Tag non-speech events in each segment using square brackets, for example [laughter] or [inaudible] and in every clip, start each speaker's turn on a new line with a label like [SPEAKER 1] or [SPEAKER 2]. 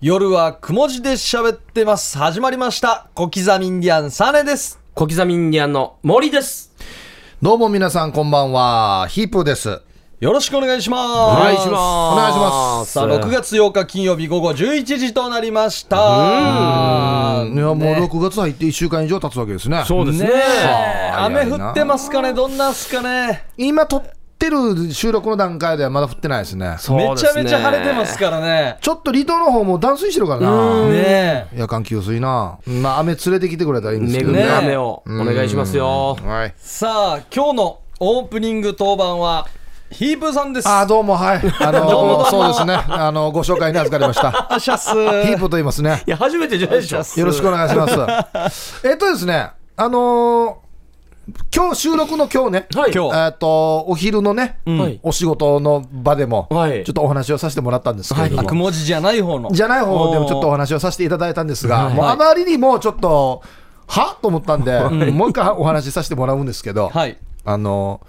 [SPEAKER 1] 夜はくも字で喋ってます。始まりました。小刻みインディアンサネです。
[SPEAKER 2] 小刻みインディアンの森です。
[SPEAKER 3] どうも皆さんこんばんは、ヒープーです。
[SPEAKER 1] よろしくお願いします。
[SPEAKER 2] お
[SPEAKER 1] お
[SPEAKER 3] お願いします
[SPEAKER 1] さあ、6月8日金曜日午後11時となりました。うん
[SPEAKER 3] いや、もう6月入って1週間以上経つわけですね。
[SPEAKER 2] そうですね。
[SPEAKER 1] 雨降ってますかねどんなんすかね
[SPEAKER 3] 今撮ってる収録の段階ではまだ降ってないですね。
[SPEAKER 1] めちゃめちゃ晴れてますからね。
[SPEAKER 3] ちょっと離島の方も断水してるからな。
[SPEAKER 1] ねえ。
[SPEAKER 3] 夜間給水な。まあ雨連れてきてくれたらいいんです
[SPEAKER 2] 恵
[SPEAKER 3] けど
[SPEAKER 2] み
[SPEAKER 3] ね。
[SPEAKER 2] の雨をお願いしますよ。
[SPEAKER 3] はい。
[SPEAKER 1] さあ、今日のオープニング当番は、ヒープーさんです。
[SPEAKER 3] あ、どうもはい。あ
[SPEAKER 1] どうも
[SPEAKER 3] のそうですね。あのご紹介に預かりました。
[SPEAKER 1] あ、シャス。
[SPEAKER 3] ヒープーと言いますね
[SPEAKER 2] い。や、初めてじゃないでしょ。
[SPEAKER 3] よろしくお願いします。えっとですね、あのー今日収録の今日ね。
[SPEAKER 2] はい。
[SPEAKER 1] 今日
[SPEAKER 3] えっと、お昼のね、
[SPEAKER 2] はい
[SPEAKER 3] お仕事の場でも、
[SPEAKER 2] はい
[SPEAKER 3] ちょっとお話をさせてもらったんですけれども、
[SPEAKER 1] あくも字じゃない方の。
[SPEAKER 3] じゃない方でもちょっとお話をさせていただいたんですが、
[SPEAKER 2] はい
[SPEAKER 3] もうあまりにもちょっと、はと思ったんで、もう一回お話しさせてもらうんですけど、
[SPEAKER 1] はい。
[SPEAKER 3] あの、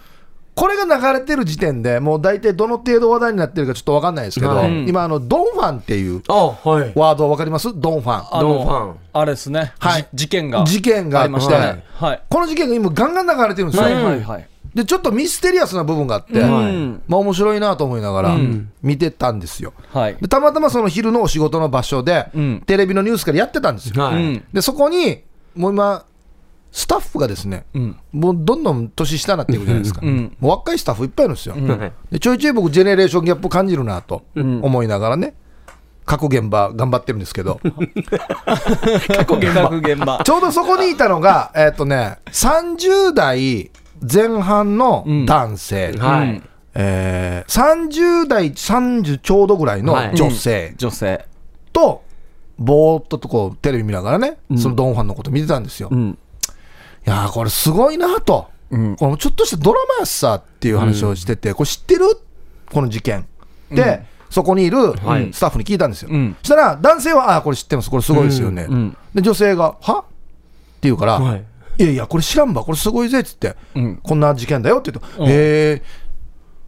[SPEAKER 3] これが流れてる時点でもう大体どの程度話題になってるかちょっと分かんないですけど、
[SPEAKER 2] はい
[SPEAKER 3] 今あの、ドンファンっていう
[SPEAKER 2] あ、はい。
[SPEAKER 3] ワード分かりますドンファン。
[SPEAKER 1] あ
[SPEAKER 2] ドン
[SPEAKER 1] の
[SPEAKER 2] ファン。
[SPEAKER 1] あれですね。
[SPEAKER 3] はい
[SPEAKER 1] じ事件が。
[SPEAKER 3] 事件が
[SPEAKER 1] あ
[SPEAKER 3] あ
[SPEAKER 1] り
[SPEAKER 3] り
[SPEAKER 1] ま
[SPEAKER 3] ま
[SPEAKER 1] し
[SPEAKER 3] した
[SPEAKER 1] ね
[SPEAKER 3] たね。
[SPEAKER 1] はい。
[SPEAKER 3] この事件が今ガンガン流れてるんですよ。
[SPEAKER 1] はいはいはい。
[SPEAKER 3] でちょっとミステリアスな部分があって、
[SPEAKER 1] ん
[SPEAKER 3] まあ面白いなと思いながら見てたんですよ、
[SPEAKER 1] はい。
[SPEAKER 3] でたまたまその昼のお仕事の場所で、
[SPEAKER 1] うん
[SPEAKER 3] テレビのニュースからやってたんですよ、
[SPEAKER 2] は
[SPEAKER 1] う
[SPEAKER 2] い。
[SPEAKER 1] ん。
[SPEAKER 3] でそこにもう今スタッフがですね、
[SPEAKER 1] うん。
[SPEAKER 3] もうどんどん年下になっていくじゃないですか、
[SPEAKER 1] うん
[SPEAKER 3] もう若いスタッフいっぱいいるんですよ、
[SPEAKER 2] はい
[SPEAKER 3] でちょいちょい僕ジェネレーションギャップ感じるなと思いながらね各現場頑張ってるんですけど [laughs]
[SPEAKER 1] 過去現場。現場。
[SPEAKER 3] ちょうどそこにいたのがえっ、とね30代前半の男性、
[SPEAKER 2] は
[SPEAKER 1] う
[SPEAKER 2] い
[SPEAKER 1] ん。
[SPEAKER 3] えー、30代30ちょうどぐらいの
[SPEAKER 2] はい
[SPEAKER 3] 女性
[SPEAKER 1] 女性。
[SPEAKER 3] と、ぼーっととこうテレビ見ながらね、そのドンファンのこと見てたんですよ。い
[SPEAKER 1] ん。
[SPEAKER 3] やー、これすごいなと、
[SPEAKER 1] うん
[SPEAKER 3] このちょっとしたドラマやっさっていう話をしてて、これ知ってるこの事件。で、そこにいる
[SPEAKER 2] い
[SPEAKER 3] スタッフに聞いたんですよ。
[SPEAKER 1] うん
[SPEAKER 3] そしたら、男性は、ああ、これ知ってます、これすごいですよね。
[SPEAKER 1] うん。
[SPEAKER 3] で、女性が、はって言うから、
[SPEAKER 2] はい。
[SPEAKER 3] いやいや、これ知らんば、これすごいぜっつって、
[SPEAKER 1] うん
[SPEAKER 3] こんな事件だよって言うと、
[SPEAKER 1] うん
[SPEAKER 3] え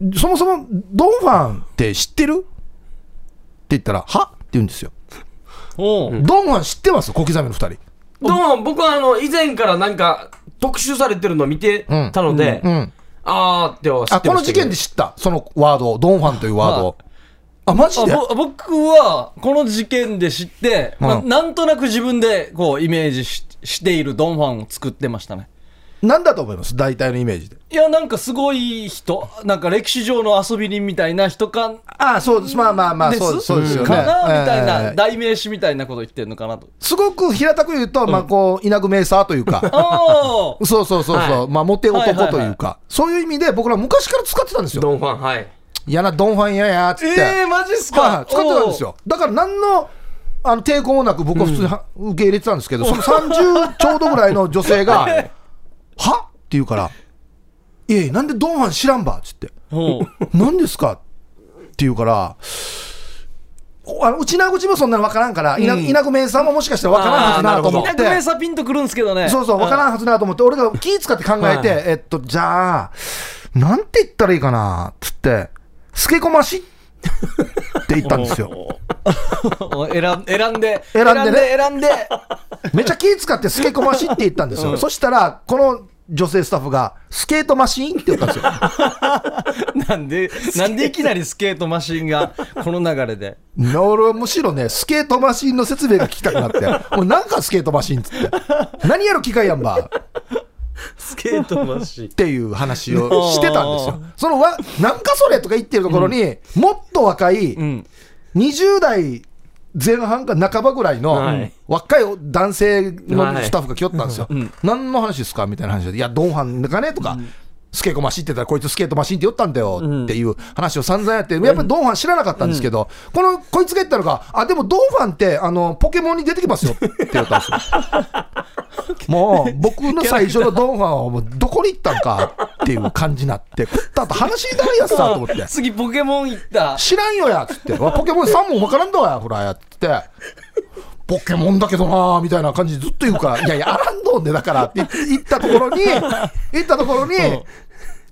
[SPEAKER 3] ー、そもそもドンファンって知ってるって言ったら、はって言うんですよ。
[SPEAKER 1] おう
[SPEAKER 3] ドンファン知ってます小刻みの2人。
[SPEAKER 2] どうも、僕はあの、以前からなんか、特集されてるのを見てたので
[SPEAKER 3] う、ん。
[SPEAKER 2] あーっては知
[SPEAKER 3] あ、
[SPEAKER 2] って
[SPEAKER 3] こ
[SPEAKER 2] ま
[SPEAKER 3] の
[SPEAKER 2] したけ
[SPEAKER 3] 事件
[SPEAKER 2] ど
[SPEAKER 3] で。知った、そのワードを、ドンファンというワードを。あ、マジで
[SPEAKER 1] あぼ僕は、この事件で知って、まあ
[SPEAKER 3] うん
[SPEAKER 1] なんとなく自分で、こう、イメージししているドンファンを作ってましたね。
[SPEAKER 3] なんだと思います大体のイメージで。
[SPEAKER 1] いや、なんかすごい人、なんか歴史上の遊び人みたいな人か、
[SPEAKER 3] あそうです。まあまあまあ、
[SPEAKER 1] です
[SPEAKER 3] そうそうですよね。
[SPEAKER 1] かなみたいな、
[SPEAKER 3] えー
[SPEAKER 1] 代名詞みたいなこと言ってるのか
[SPEAKER 3] [laughs]
[SPEAKER 1] なと。
[SPEAKER 3] すごく平たく言うと、まあこう、稲具メーサーというか。
[SPEAKER 1] あ
[SPEAKER 3] [laughs]
[SPEAKER 1] あ
[SPEAKER 3] そうそうそうそう、
[SPEAKER 2] は
[SPEAKER 3] まあモテ男というか、
[SPEAKER 1] はいはいはい
[SPEAKER 3] そういう意味で僕ら昔から使ってたんですよ
[SPEAKER 2] ドンファン、はい。
[SPEAKER 3] 嫌なドンファンややっつって、
[SPEAKER 1] えー、マジっす
[SPEAKER 3] はいは
[SPEAKER 1] か
[SPEAKER 3] い使ってたんですよだから何のあの抵抗もなく僕は普通には、受け入れてたんですけどその30ちょうどぐらいの女性
[SPEAKER 1] [laughs]
[SPEAKER 3] が
[SPEAKER 1] はい
[SPEAKER 3] 「は?」って言うから「いやいやなんでドンファン知らんば」っつって
[SPEAKER 1] おう
[SPEAKER 3] 「何ですか?」って言うから。おあのうちなぐちもそんなの分からんから、稲稲具名さんももしかしたら分からんはずなと思って、
[SPEAKER 1] 100名差ピンとくるんですけどね。
[SPEAKER 3] そうそう、わからんはずだと思って、俺が気使って考えて、
[SPEAKER 2] はい
[SPEAKER 3] えっと、じゃあ、なんて言ったらいいかな、つって、すけこましって言ったん [laughs] ですよ。
[SPEAKER 1] お選ん選んで、
[SPEAKER 3] 選ん
[SPEAKER 1] 選
[SPEAKER 3] でね
[SPEAKER 1] んで、 [laughs] 選んで
[SPEAKER 3] めちゃ気使ってすけこましって言ったんですよ。そしたら、この女性スタッフが、スケートマシーンって言ったんですよ。
[SPEAKER 1] なんで、なんでいきなりスケートマシンが、この流れで。
[SPEAKER 3] な [laughs] 俺はむしろね、スケートマシーンの説明が聞きたくなって、もうなんかスケートマシーンっつって、何やる機械やんば。
[SPEAKER 2] スケートマシ
[SPEAKER 3] っ。ていう話をしてたんですよ。そのわ、なんかそれとか言ってるところに、もっと若い、
[SPEAKER 1] ん
[SPEAKER 3] 20代前半か半ばぐらいの、
[SPEAKER 2] はい
[SPEAKER 3] 若い男性
[SPEAKER 2] は
[SPEAKER 3] の
[SPEAKER 2] い
[SPEAKER 3] スタッフが来よったんですよ。何の話ですかみたいな話で、いや、ドンファンだかねとか。スケートマシンって言ったら、こいつスケートマシンって言ったんだよっていう話を散々やって、やっぱりドンファン知らなかったんですけど、このこいつが言ったのが、あ、でもドンファンって、あの、ポケモンに出てきますよって言ったんですよ。もう僕の最初のドンファンはもうどこに行ったんかっていう感じになって、こったと話になるやつさと思って、
[SPEAKER 1] 次、ポケモン行った。
[SPEAKER 3] 知らんよやっつって、わポケモン3もわからんだわや、ほらやっつって。ポケモンだけどなーみたいな感じでずっと言うから、いやいや、アランドンでだからって言ったところに、言ったところに、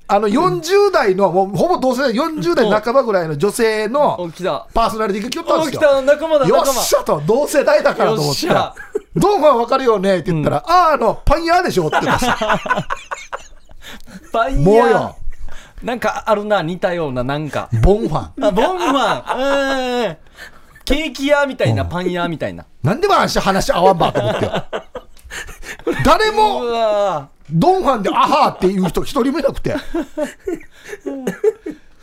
[SPEAKER 3] あの40代の、もうほぼ同世代、40代半ばぐらいの女性
[SPEAKER 1] お
[SPEAKER 3] の
[SPEAKER 1] 来た
[SPEAKER 3] パーソナリティが来よったん
[SPEAKER 1] お
[SPEAKER 3] です
[SPEAKER 1] 来
[SPEAKER 3] よ。
[SPEAKER 1] た仲間だ
[SPEAKER 3] よっ
[SPEAKER 1] 仲
[SPEAKER 3] し
[SPEAKER 1] 間
[SPEAKER 3] ゃと、同世代だからと思って
[SPEAKER 1] よっしゃ、
[SPEAKER 3] どうも分かるよねって言ったら、ああ、あの、パン屋でしょって言ってまし
[SPEAKER 1] バイヤ
[SPEAKER 3] た。
[SPEAKER 1] ー
[SPEAKER 3] もうよ、
[SPEAKER 1] なんかあるな似たようななん
[SPEAKER 3] [laughs]
[SPEAKER 1] か
[SPEAKER 3] ボンファン。
[SPEAKER 1] あボンマンうんケーキ屋みたいなパン屋みたいな
[SPEAKER 3] なんで話話合わんばと思ってよ。誰
[SPEAKER 1] う
[SPEAKER 3] も
[SPEAKER 1] わ
[SPEAKER 3] ドンファンで、あはーっていう人、一人もいなくて、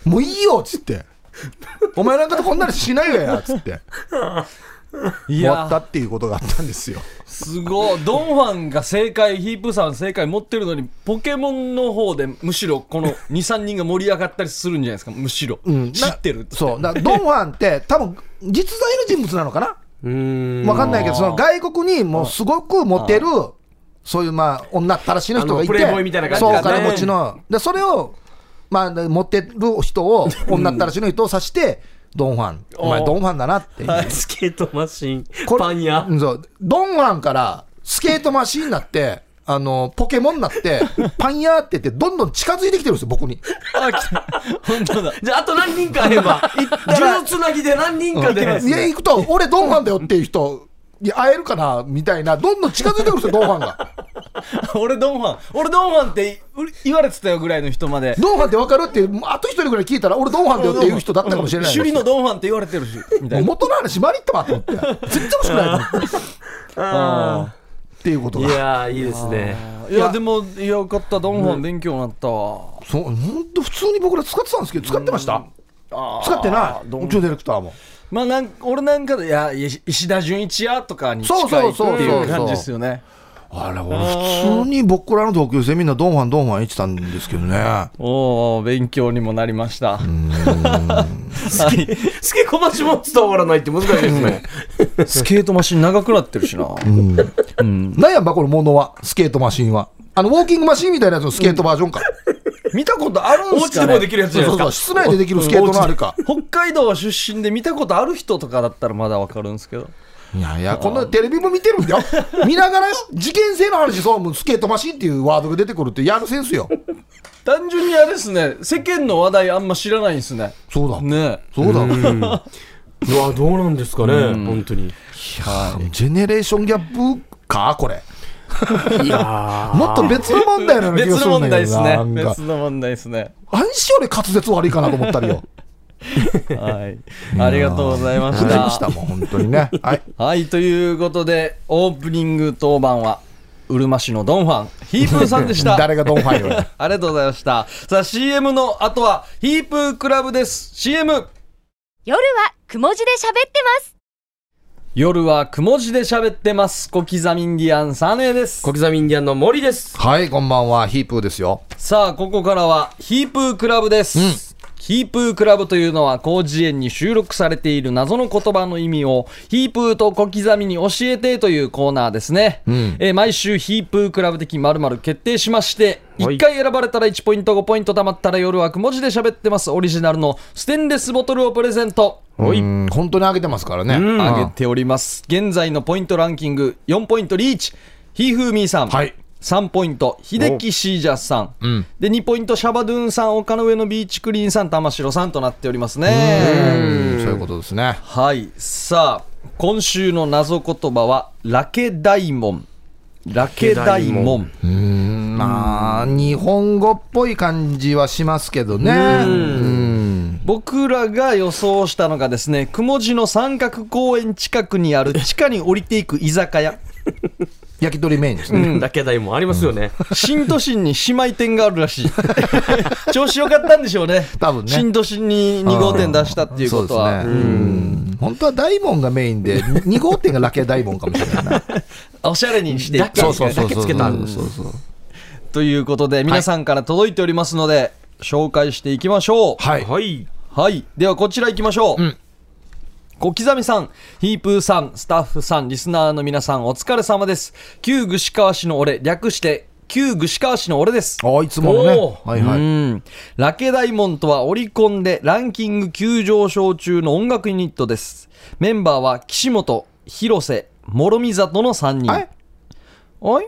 [SPEAKER 3] もういいよっつって、お前なんかとこんなのしないわよっつって、
[SPEAKER 1] ーい
[SPEAKER 3] 終わった
[SPEAKER 1] や
[SPEAKER 3] っていうことがあったんですよ。
[SPEAKER 1] すごいドンファンが正解ヒープさん正解持ってるのにポケモンの方でむしろこの23人が盛り上がったりするんじゃないですかむしろ、
[SPEAKER 3] うん
[SPEAKER 1] 知ってる
[SPEAKER 3] そう、だからドンファンって、多分実在の人物なのかな、
[SPEAKER 2] うん
[SPEAKER 3] わかんないけど、その外国にもうすごくモテる、そういうまあ女ったらしいの人がいて、
[SPEAKER 2] あのプレイボーイみたいな感じだ
[SPEAKER 3] そう
[SPEAKER 2] ね
[SPEAKER 3] お金持ちの、でそれを、まあ、モテる
[SPEAKER 2] [laughs]
[SPEAKER 3] 人を、女ったらしいの人を指して、ドンファン、お前、ドンファンだなっていう、
[SPEAKER 2] スケートマシン
[SPEAKER 3] これ
[SPEAKER 2] パン屋
[SPEAKER 3] うんそう、ドンファンからスケートマシーンになって、あのポケモンに
[SPEAKER 2] [laughs]
[SPEAKER 3] なって、パン屋って言って、どんどん近づいてきてるんですよ、僕に。
[SPEAKER 1] あ来た本当だ [laughs]
[SPEAKER 2] じゃああと何人かあれば呪術つなぎで何人かで
[SPEAKER 3] いや、行くと、俺、ドンファンだよっていう人に会えるかなみたいな、どんどん近づいてくるんですよ、ドンファンが。 [laughs]
[SPEAKER 1] 俺ドンファン俺ドンファンって言われてたよぐらいの人まで
[SPEAKER 3] ドンファンって分かるって、あと一人ぐらい聞いたら、俺、ドンファンだよっていう人だったかもしれない
[SPEAKER 1] 首里のドンファンって言われてるしみたいな
[SPEAKER 3] もう元の話、マリったわと思って、絶対欲しくないと思って。
[SPEAKER 1] あ
[SPEAKER 3] っていうこと
[SPEAKER 2] い
[SPEAKER 3] が、
[SPEAKER 2] やーいいですね
[SPEAKER 1] ーいやでもよかったドンファン勉強になったわ
[SPEAKER 3] そう本当、普通に僕ら使ってたんですけど、使ってました
[SPEAKER 1] あー
[SPEAKER 3] 使ってない、
[SPEAKER 1] ドン
[SPEAKER 3] うちのディレクターも。
[SPEAKER 1] まあなんか俺なんかでいやいや石田純一やとかに近いって
[SPEAKER 3] そうそうそう
[SPEAKER 1] いう感じですよね
[SPEAKER 3] あれ、俺、普通に僕らの同級生、みんなドンファン、ドンファン言ってたんですけどね。
[SPEAKER 1] おお勉強にもなりました [laughs] はい
[SPEAKER 2] スケコマシも伝わらないって難しいですね
[SPEAKER 1] スケートマシン長くなってるしなうん
[SPEAKER 3] なんやんば、このものは、スケートマシンは。あの、ウォーキングマシンみたいなやつのスケートバージョンか。
[SPEAKER 1] 見たことあるん
[SPEAKER 2] お
[SPEAKER 1] すか
[SPEAKER 2] 家で
[SPEAKER 1] ね
[SPEAKER 2] もできるやつじ
[SPEAKER 3] そ
[SPEAKER 2] ゃな
[SPEAKER 3] う
[SPEAKER 2] い
[SPEAKER 3] そ
[SPEAKER 2] で
[SPEAKER 3] う
[SPEAKER 2] す
[SPEAKER 3] そ
[SPEAKER 2] か
[SPEAKER 3] う、室内でできるスケートのあれか。
[SPEAKER 1] 北海道出身で見たことある人とかだったらまだわかるんですけど
[SPEAKER 3] いやいや、このテレビも見てるん [laughs] だよ。見ながらよ、事件性の話、そう、もうスケートマシンっていうワードが出てくるって、やるセンスよ。
[SPEAKER 1] 単純にあれですね世間の話題あんま知らないんですね
[SPEAKER 3] そうだ。
[SPEAKER 1] ね
[SPEAKER 3] そう
[SPEAKER 2] う
[SPEAKER 3] だ。
[SPEAKER 2] [laughs] わどうなんですかね本当に
[SPEAKER 3] ジェネレーションギャップか、これ。
[SPEAKER 2] いや
[SPEAKER 3] [laughs] もっと別の問題なの気
[SPEAKER 1] 別
[SPEAKER 3] がす
[SPEAKER 1] の
[SPEAKER 3] るん
[SPEAKER 1] 問
[SPEAKER 3] だ
[SPEAKER 1] 題で
[SPEAKER 3] けど
[SPEAKER 1] す
[SPEAKER 3] な。
[SPEAKER 1] ね
[SPEAKER 3] なんか
[SPEAKER 1] 別の問題ですね
[SPEAKER 3] 安心より滑舌悪いかなと思ったりよ。
[SPEAKER 1] はいありがとうございま
[SPEAKER 3] [laughs] あ
[SPEAKER 1] し
[SPEAKER 3] りましたたもん、本当にね。はい。
[SPEAKER 1] はいということでオープニング当番はうるま市のドンファンヒープーさんでした
[SPEAKER 3] [laughs] 誰がドンファンよ。
[SPEAKER 1] ありがとうございましたさあ CM の後はヒープークラブです CM
[SPEAKER 4] 夜はくも字で喋ってます。
[SPEAKER 1] 夜はくも字で喋ってます小刻みインディアンサネです
[SPEAKER 2] 小刻みインディアンの森です
[SPEAKER 3] はい、こんばんは、ヒープーですよ。
[SPEAKER 1] さあここからはヒープークラブです、ヒープークラブというのは広辞苑に収録されている謎の言葉の意味をヒープーと小刻みに教えてというコーナーですね、えー毎週ヒープークラブ的〇〇決定しまして
[SPEAKER 2] はい
[SPEAKER 1] 1回選ばれたら1ポイント5ポイント貯まったら夜はく文字で喋ってますオリジナルのステンレスボトルをプレゼント
[SPEAKER 3] うーん本当に上げてますからね。
[SPEAKER 1] 上げております現在のポイントランキング4ポイントリーチひーふーみーさん、
[SPEAKER 3] はい
[SPEAKER 1] 3ポイント秀樹シージャスさん、
[SPEAKER 3] ん
[SPEAKER 1] で2ポイントシャバドゥーンさん丘の上のビーチクリーンさん玉城さんとなっておりますね
[SPEAKER 3] うんそういうことですね。
[SPEAKER 1] はいさあ今週の謎言葉はラケダイモンラケダイモン
[SPEAKER 3] まあ、日本語っぽい感じはしますけどね。うん
[SPEAKER 1] 僕らが予想したのがですね雲地の三角公園近くにある地下に降りていく居酒屋
[SPEAKER 3] 焼き鳥メインですね。
[SPEAKER 2] だけだもありますよね
[SPEAKER 1] 新都心に姉妹店があるらしい [laughs] 調子良かったんでしょうね
[SPEAKER 3] 多分ね
[SPEAKER 1] 新都心に2号店出したっていうことは、
[SPEAKER 3] そうですねうん本当は大門がメインで、2号店がラケ大門かもしれないな。
[SPEAKER 1] おしゃれにしていく
[SPEAKER 2] そうそうそうそう
[SPEAKER 3] ラケつけたんそうそう。
[SPEAKER 1] ということで皆さんから届いておりますので、紹介していきましょう
[SPEAKER 3] はい。
[SPEAKER 2] はい
[SPEAKER 1] はいではこちら行きましょう、小刻みさん、ヒープーさん、スタッフさん、リスナーの皆さん、お疲れ様です。旧串川市の俺、略して、旧串川市の俺です。
[SPEAKER 3] あいつものね。
[SPEAKER 2] おー
[SPEAKER 3] はいは
[SPEAKER 1] う
[SPEAKER 3] い。
[SPEAKER 1] んラケダイモンとはオリコンでランキング急上昇中の音楽ユニットですメンバーは岸本広瀬諸見里の3人
[SPEAKER 3] あれ
[SPEAKER 1] おい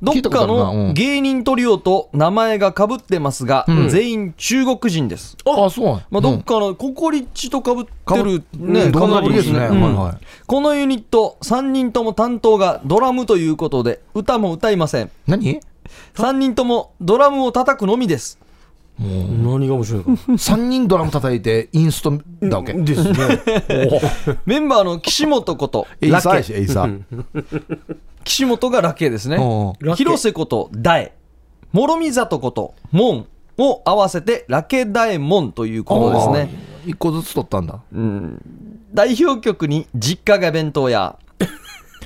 [SPEAKER 1] どっ
[SPEAKER 3] 聞いたこ
[SPEAKER 1] か
[SPEAKER 3] とあるなう
[SPEAKER 1] の
[SPEAKER 3] ん
[SPEAKER 1] 芸人トリオと名前がかぶってますが、
[SPEAKER 3] うん
[SPEAKER 1] 全員中国人です。
[SPEAKER 3] ああ、そうなんや。
[SPEAKER 1] まあ、どっかのココリッチとかぶってる、
[SPEAKER 3] うんうん
[SPEAKER 1] ね、
[SPEAKER 3] どんな
[SPEAKER 1] かなり
[SPEAKER 3] ですね。はい
[SPEAKER 1] うん
[SPEAKER 3] はい。
[SPEAKER 1] このユニット、3人とも担当がドラムということで、歌も歌いません。
[SPEAKER 3] 何
[SPEAKER 1] 3人ともドラムを叩くのみです。
[SPEAKER 2] 何が面白いのか
[SPEAKER 3] ?3 人ドラム叩いてインストだわけ。
[SPEAKER 2] ですね。
[SPEAKER 3] [laughs]
[SPEAKER 1] メンバーの岸本こと、
[SPEAKER 3] エイ
[SPEAKER 1] ラ
[SPEAKER 3] サーや
[SPEAKER 1] ケ。
[SPEAKER 3] し、エイサー。
[SPEAKER 1] 岸本がラケですね
[SPEAKER 3] おう。
[SPEAKER 2] ラケ
[SPEAKER 1] 広瀬こと、ダエ。諸見里こと、モンを合わせて、ラケダエモンということですね。
[SPEAKER 3] あー。一個ずつ取ったんだ。
[SPEAKER 1] うん代表曲に実家が弁当屋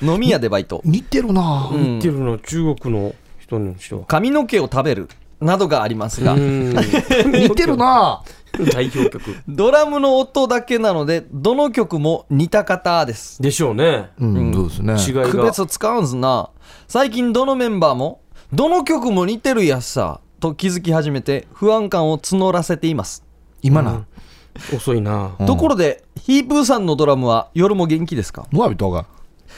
[SPEAKER 1] 飲み屋でバイト
[SPEAKER 3] 似てるなぁ
[SPEAKER 2] 言ってるのは中国の人にしては。
[SPEAKER 1] 髪の毛を食べるなどがありますが、
[SPEAKER 2] うん。 [laughs]
[SPEAKER 3] 似てるなぁ
[SPEAKER 2] 代表曲。
[SPEAKER 1] ドラムの音だけなのでどの曲も似た方です
[SPEAKER 2] でしょうね。
[SPEAKER 3] うん、そうですね。
[SPEAKER 2] 違いが。
[SPEAKER 1] 区別を使うんすな最近どのメンバーもどの曲も似てるやつさと気づき始めて不安感を募らせています、
[SPEAKER 3] 今な。
[SPEAKER 2] 遅いな。
[SPEAKER 1] ところでヒープーさんのドラムは夜も元気ですか
[SPEAKER 3] ノアビトが。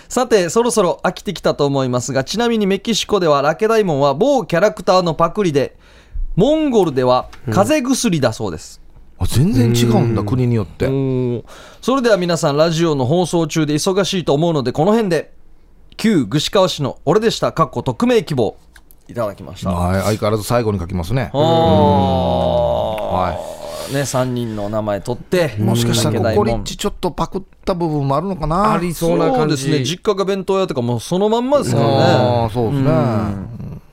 [SPEAKER 1] さて、そろそろ飽きてきたと思いますが、ちなみにメキシコではラケダイモンは某キャラクターのパクリで、モンゴルでは風邪薬だそうです。
[SPEAKER 3] あ全然違うんだ、国によって。
[SPEAKER 1] おーそれでは皆さん、ラジオの放送中で忙しいと思うので、この辺で、旧串川市の俺でした、かっこ匿名希望、いただきました。あ
[SPEAKER 3] はい、相変わらず最後に書きますね。
[SPEAKER 1] ー
[SPEAKER 3] は
[SPEAKER 1] ね、3人の名前取って、
[SPEAKER 3] い。もしかした
[SPEAKER 1] ラケ
[SPEAKER 3] ら
[SPEAKER 1] ダイ
[SPEAKER 3] ココ
[SPEAKER 1] モン
[SPEAKER 3] リッチちょっとパクった部分もあるのかな
[SPEAKER 2] ありそうな
[SPEAKER 1] そう
[SPEAKER 2] 感
[SPEAKER 1] で
[SPEAKER 2] じ。
[SPEAKER 1] すね、実家が弁当屋とかもうそのまんまですからね。
[SPEAKER 3] あーそうですね。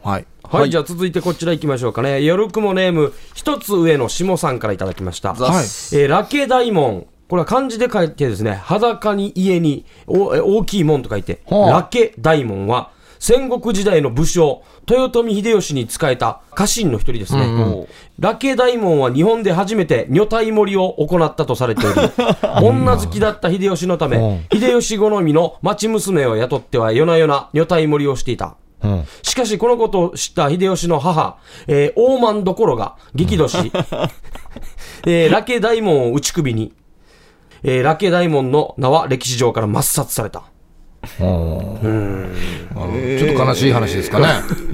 [SPEAKER 3] はい。
[SPEAKER 2] はい、じゃあ続いてこちら行きましょうかね。夜雲ネーム、一つ上の下さんからいただきました。
[SPEAKER 1] ざっす
[SPEAKER 2] えーラケ大門。これは漢字で書いてですね、裸に家におえー大きい門と書いて、
[SPEAKER 3] はあ
[SPEAKER 2] ラケ大門は戦国時代の武将、豊臣秀吉に仕えた家臣の一人ですね。ラケ大門は日本で初めて女体盛りを行ったとされており、女好きだった秀吉のため、秀吉好みの町娘を雇っては夜な夜な女体盛りをしていた。
[SPEAKER 3] うん
[SPEAKER 2] しかし、このことを知った秀吉の母、えー、大満どころが激怒し、えー、ラケ大門を打ち首に、えー、ラケ大門の名は歴史上から抹殺された。
[SPEAKER 3] あのちょっと悲しい話ですか [laughs] ね。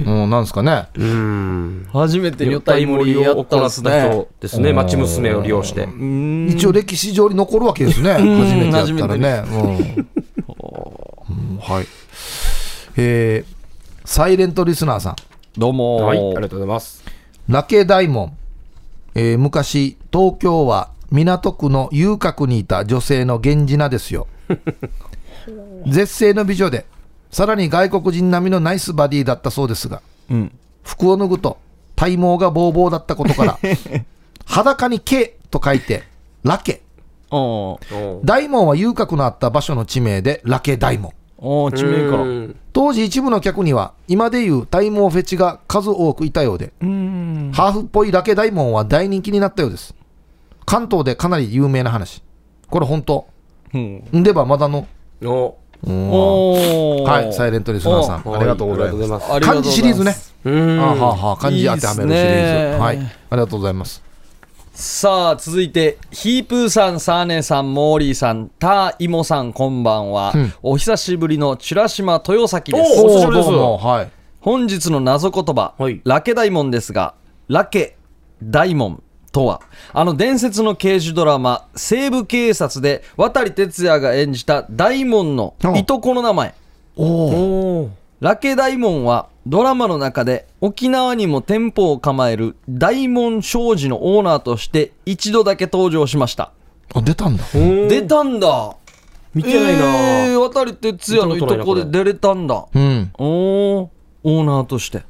[SPEAKER 3] うん、なんですかね。
[SPEAKER 1] 初めて女
[SPEAKER 2] 女
[SPEAKER 1] 体盛
[SPEAKER 2] 体盛
[SPEAKER 1] り
[SPEAKER 2] り
[SPEAKER 1] や
[SPEAKER 2] を
[SPEAKER 1] っ
[SPEAKER 2] 行
[SPEAKER 1] たん
[SPEAKER 2] っ
[SPEAKER 1] です
[SPEAKER 2] た
[SPEAKER 1] ね
[SPEAKER 2] 人。ですね、町娘を利用して。
[SPEAKER 3] 一応歴史上に残るわけですね。初めてやったらね。 [laughs] うんうんはい。えーサイレントリスナーさん。
[SPEAKER 1] どうもー
[SPEAKER 2] はい、ありがとうございます。
[SPEAKER 3] ラケ大門、えー昔東京は港区の遊郭にいた女性の源氏名ですよ絶世の美女でさらに外国人並みのナイスバディだったそうですが、服を脱ぐと体毛がボーボーだったことから裸に「け」と書いて「ラケ
[SPEAKER 1] お」
[SPEAKER 3] 大門は遊郭のあった場所の地名で「ラケ大門」
[SPEAKER 1] おー地名から
[SPEAKER 2] うん
[SPEAKER 3] 当時一部の客には今でいう体毛フェチが数多くいたようでハーフっぽいラケ大門は大人気になったようです関東でかなり有名な話これ本当
[SPEAKER 1] うん
[SPEAKER 3] んでばまだの
[SPEAKER 2] お
[SPEAKER 1] おー
[SPEAKER 3] はいサイレントリスナーさん
[SPEAKER 2] お
[SPEAKER 3] ありがとうございます
[SPEAKER 2] ます。
[SPEAKER 1] ありがとうござい
[SPEAKER 3] 漢
[SPEAKER 1] ます
[SPEAKER 3] 字シリーズね
[SPEAKER 2] うん
[SPEAKER 3] あはあはあ漢字当てはめるシリ
[SPEAKER 1] い
[SPEAKER 3] ー
[SPEAKER 1] いっす
[SPEAKER 3] ズ
[SPEAKER 1] ね
[SPEAKER 3] はいありがとうございます
[SPEAKER 1] さあ続いてヒープーさんサーネさんモーリーさんターイモさんこんばんは、
[SPEAKER 3] うん
[SPEAKER 1] お久しぶりのチュラシマ豊崎で
[SPEAKER 2] お
[SPEAKER 1] す
[SPEAKER 2] 久しぶりです
[SPEAKER 3] おーどうもはい
[SPEAKER 1] 本日の謎言葉、
[SPEAKER 2] はい
[SPEAKER 1] ラケ大門ですがラケ大門とはあの伝説の刑事ドラマ「西部警察」で渡哲也が演じた大門のいとこの名前
[SPEAKER 3] おお
[SPEAKER 2] おー
[SPEAKER 1] ラケ大門はドラマの中で沖縄にも店舗を構える大門商事のオーナーとして一度だけ登場しました、
[SPEAKER 3] あ出たんだ
[SPEAKER 1] 出たんだ
[SPEAKER 2] 見てないな
[SPEAKER 1] えー、渡哲也のいとこで出れたんだ
[SPEAKER 3] うん
[SPEAKER 1] おおオーナーとして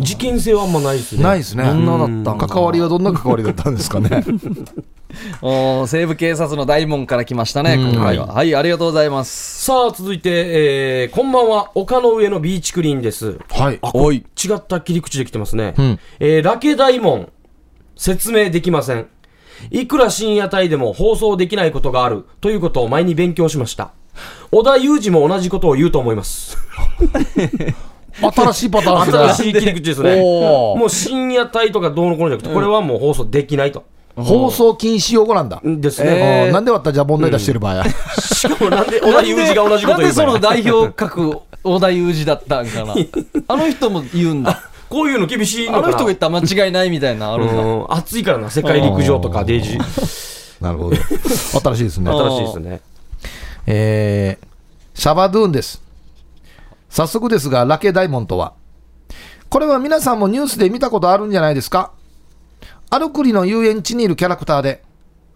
[SPEAKER 2] 事件性はあんまないですね。
[SPEAKER 3] ないですね
[SPEAKER 1] 女だったんだ
[SPEAKER 3] 関わりはどんな関わりだったんで
[SPEAKER 1] [laughs]
[SPEAKER 3] すかね
[SPEAKER 1] おー西部警察の大門から来ましたね今回ははいありがとうございます
[SPEAKER 2] さあ、続いて、えー、こんばんは、丘の上のビーチクリーンです。
[SPEAKER 3] はい
[SPEAKER 2] あ
[SPEAKER 1] おい
[SPEAKER 2] 違った切り口で来てますね。
[SPEAKER 3] ん
[SPEAKER 2] えーラケ大門、説明できません。いくら深夜帯でも放送できないことがあるということを前に勉強しました。小田裕二も同じことを言うと思います。
[SPEAKER 3] 新しいパターンですね
[SPEAKER 1] [laughs]
[SPEAKER 2] 新しい切り口ですね。
[SPEAKER 3] おー
[SPEAKER 2] もう深夜帯とかどうのこうのじゃなくて、これはもう放送できないと。
[SPEAKER 3] 放送禁止用語なんだ。
[SPEAKER 2] んですね。
[SPEAKER 1] えー
[SPEAKER 3] あーなんで私は問題出してる場合や。
[SPEAKER 2] しかもなんで同じ字が同じこ
[SPEAKER 1] なん
[SPEAKER 2] と言う
[SPEAKER 1] でその
[SPEAKER 2] の
[SPEAKER 1] 代表格、小田裕二だったんかな。あの人も言うんだ。
[SPEAKER 2] こういうの厳しい
[SPEAKER 1] あ
[SPEAKER 2] のかな
[SPEAKER 1] の人が言ったら間違いないみたいな、あるんだ。
[SPEAKER 2] うん暑いからな世界陸上とかデイジー
[SPEAKER 3] [laughs] なるほど。新しいですね。
[SPEAKER 2] 新しいですね
[SPEAKER 3] えーシャバドゥーンです。早速ですが、ラケダイモンとは。これは皆さんもニュースで見たことあるんじゃないですか。アルクリの遊園地にいるキャラクターで、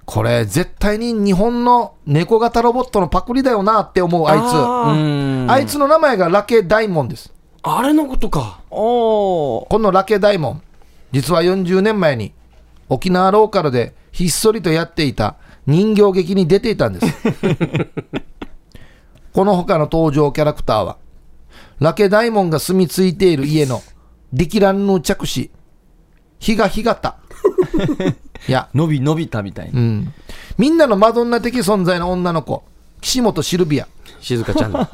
[SPEAKER 3] これ絶対に日本の猫型ロボットのパクリだよなって思うあいつ。あ
[SPEAKER 2] あー
[SPEAKER 1] あ
[SPEAKER 3] いつの名前がラケダイモンです。
[SPEAKER 2] あれのことか
[SPEAKER 1] おー
[SPEAKER 3] このラケダイモン、実は40年前に沖縄ローカルでひっそりとやっていた人形劇に出ていたんです。この他の登場キャラクターは、ラケダイモンが住み着いている家のディキランヌ着子、ヒガヒガタ。いや、
[SPEAKER 1] 伸び伸びたみたいうな。
[SPEAKER 3] ん。みんなのマドンナ的存在の女の子、岸本シルビア。
[SPEAKER 2] 静香ちゃん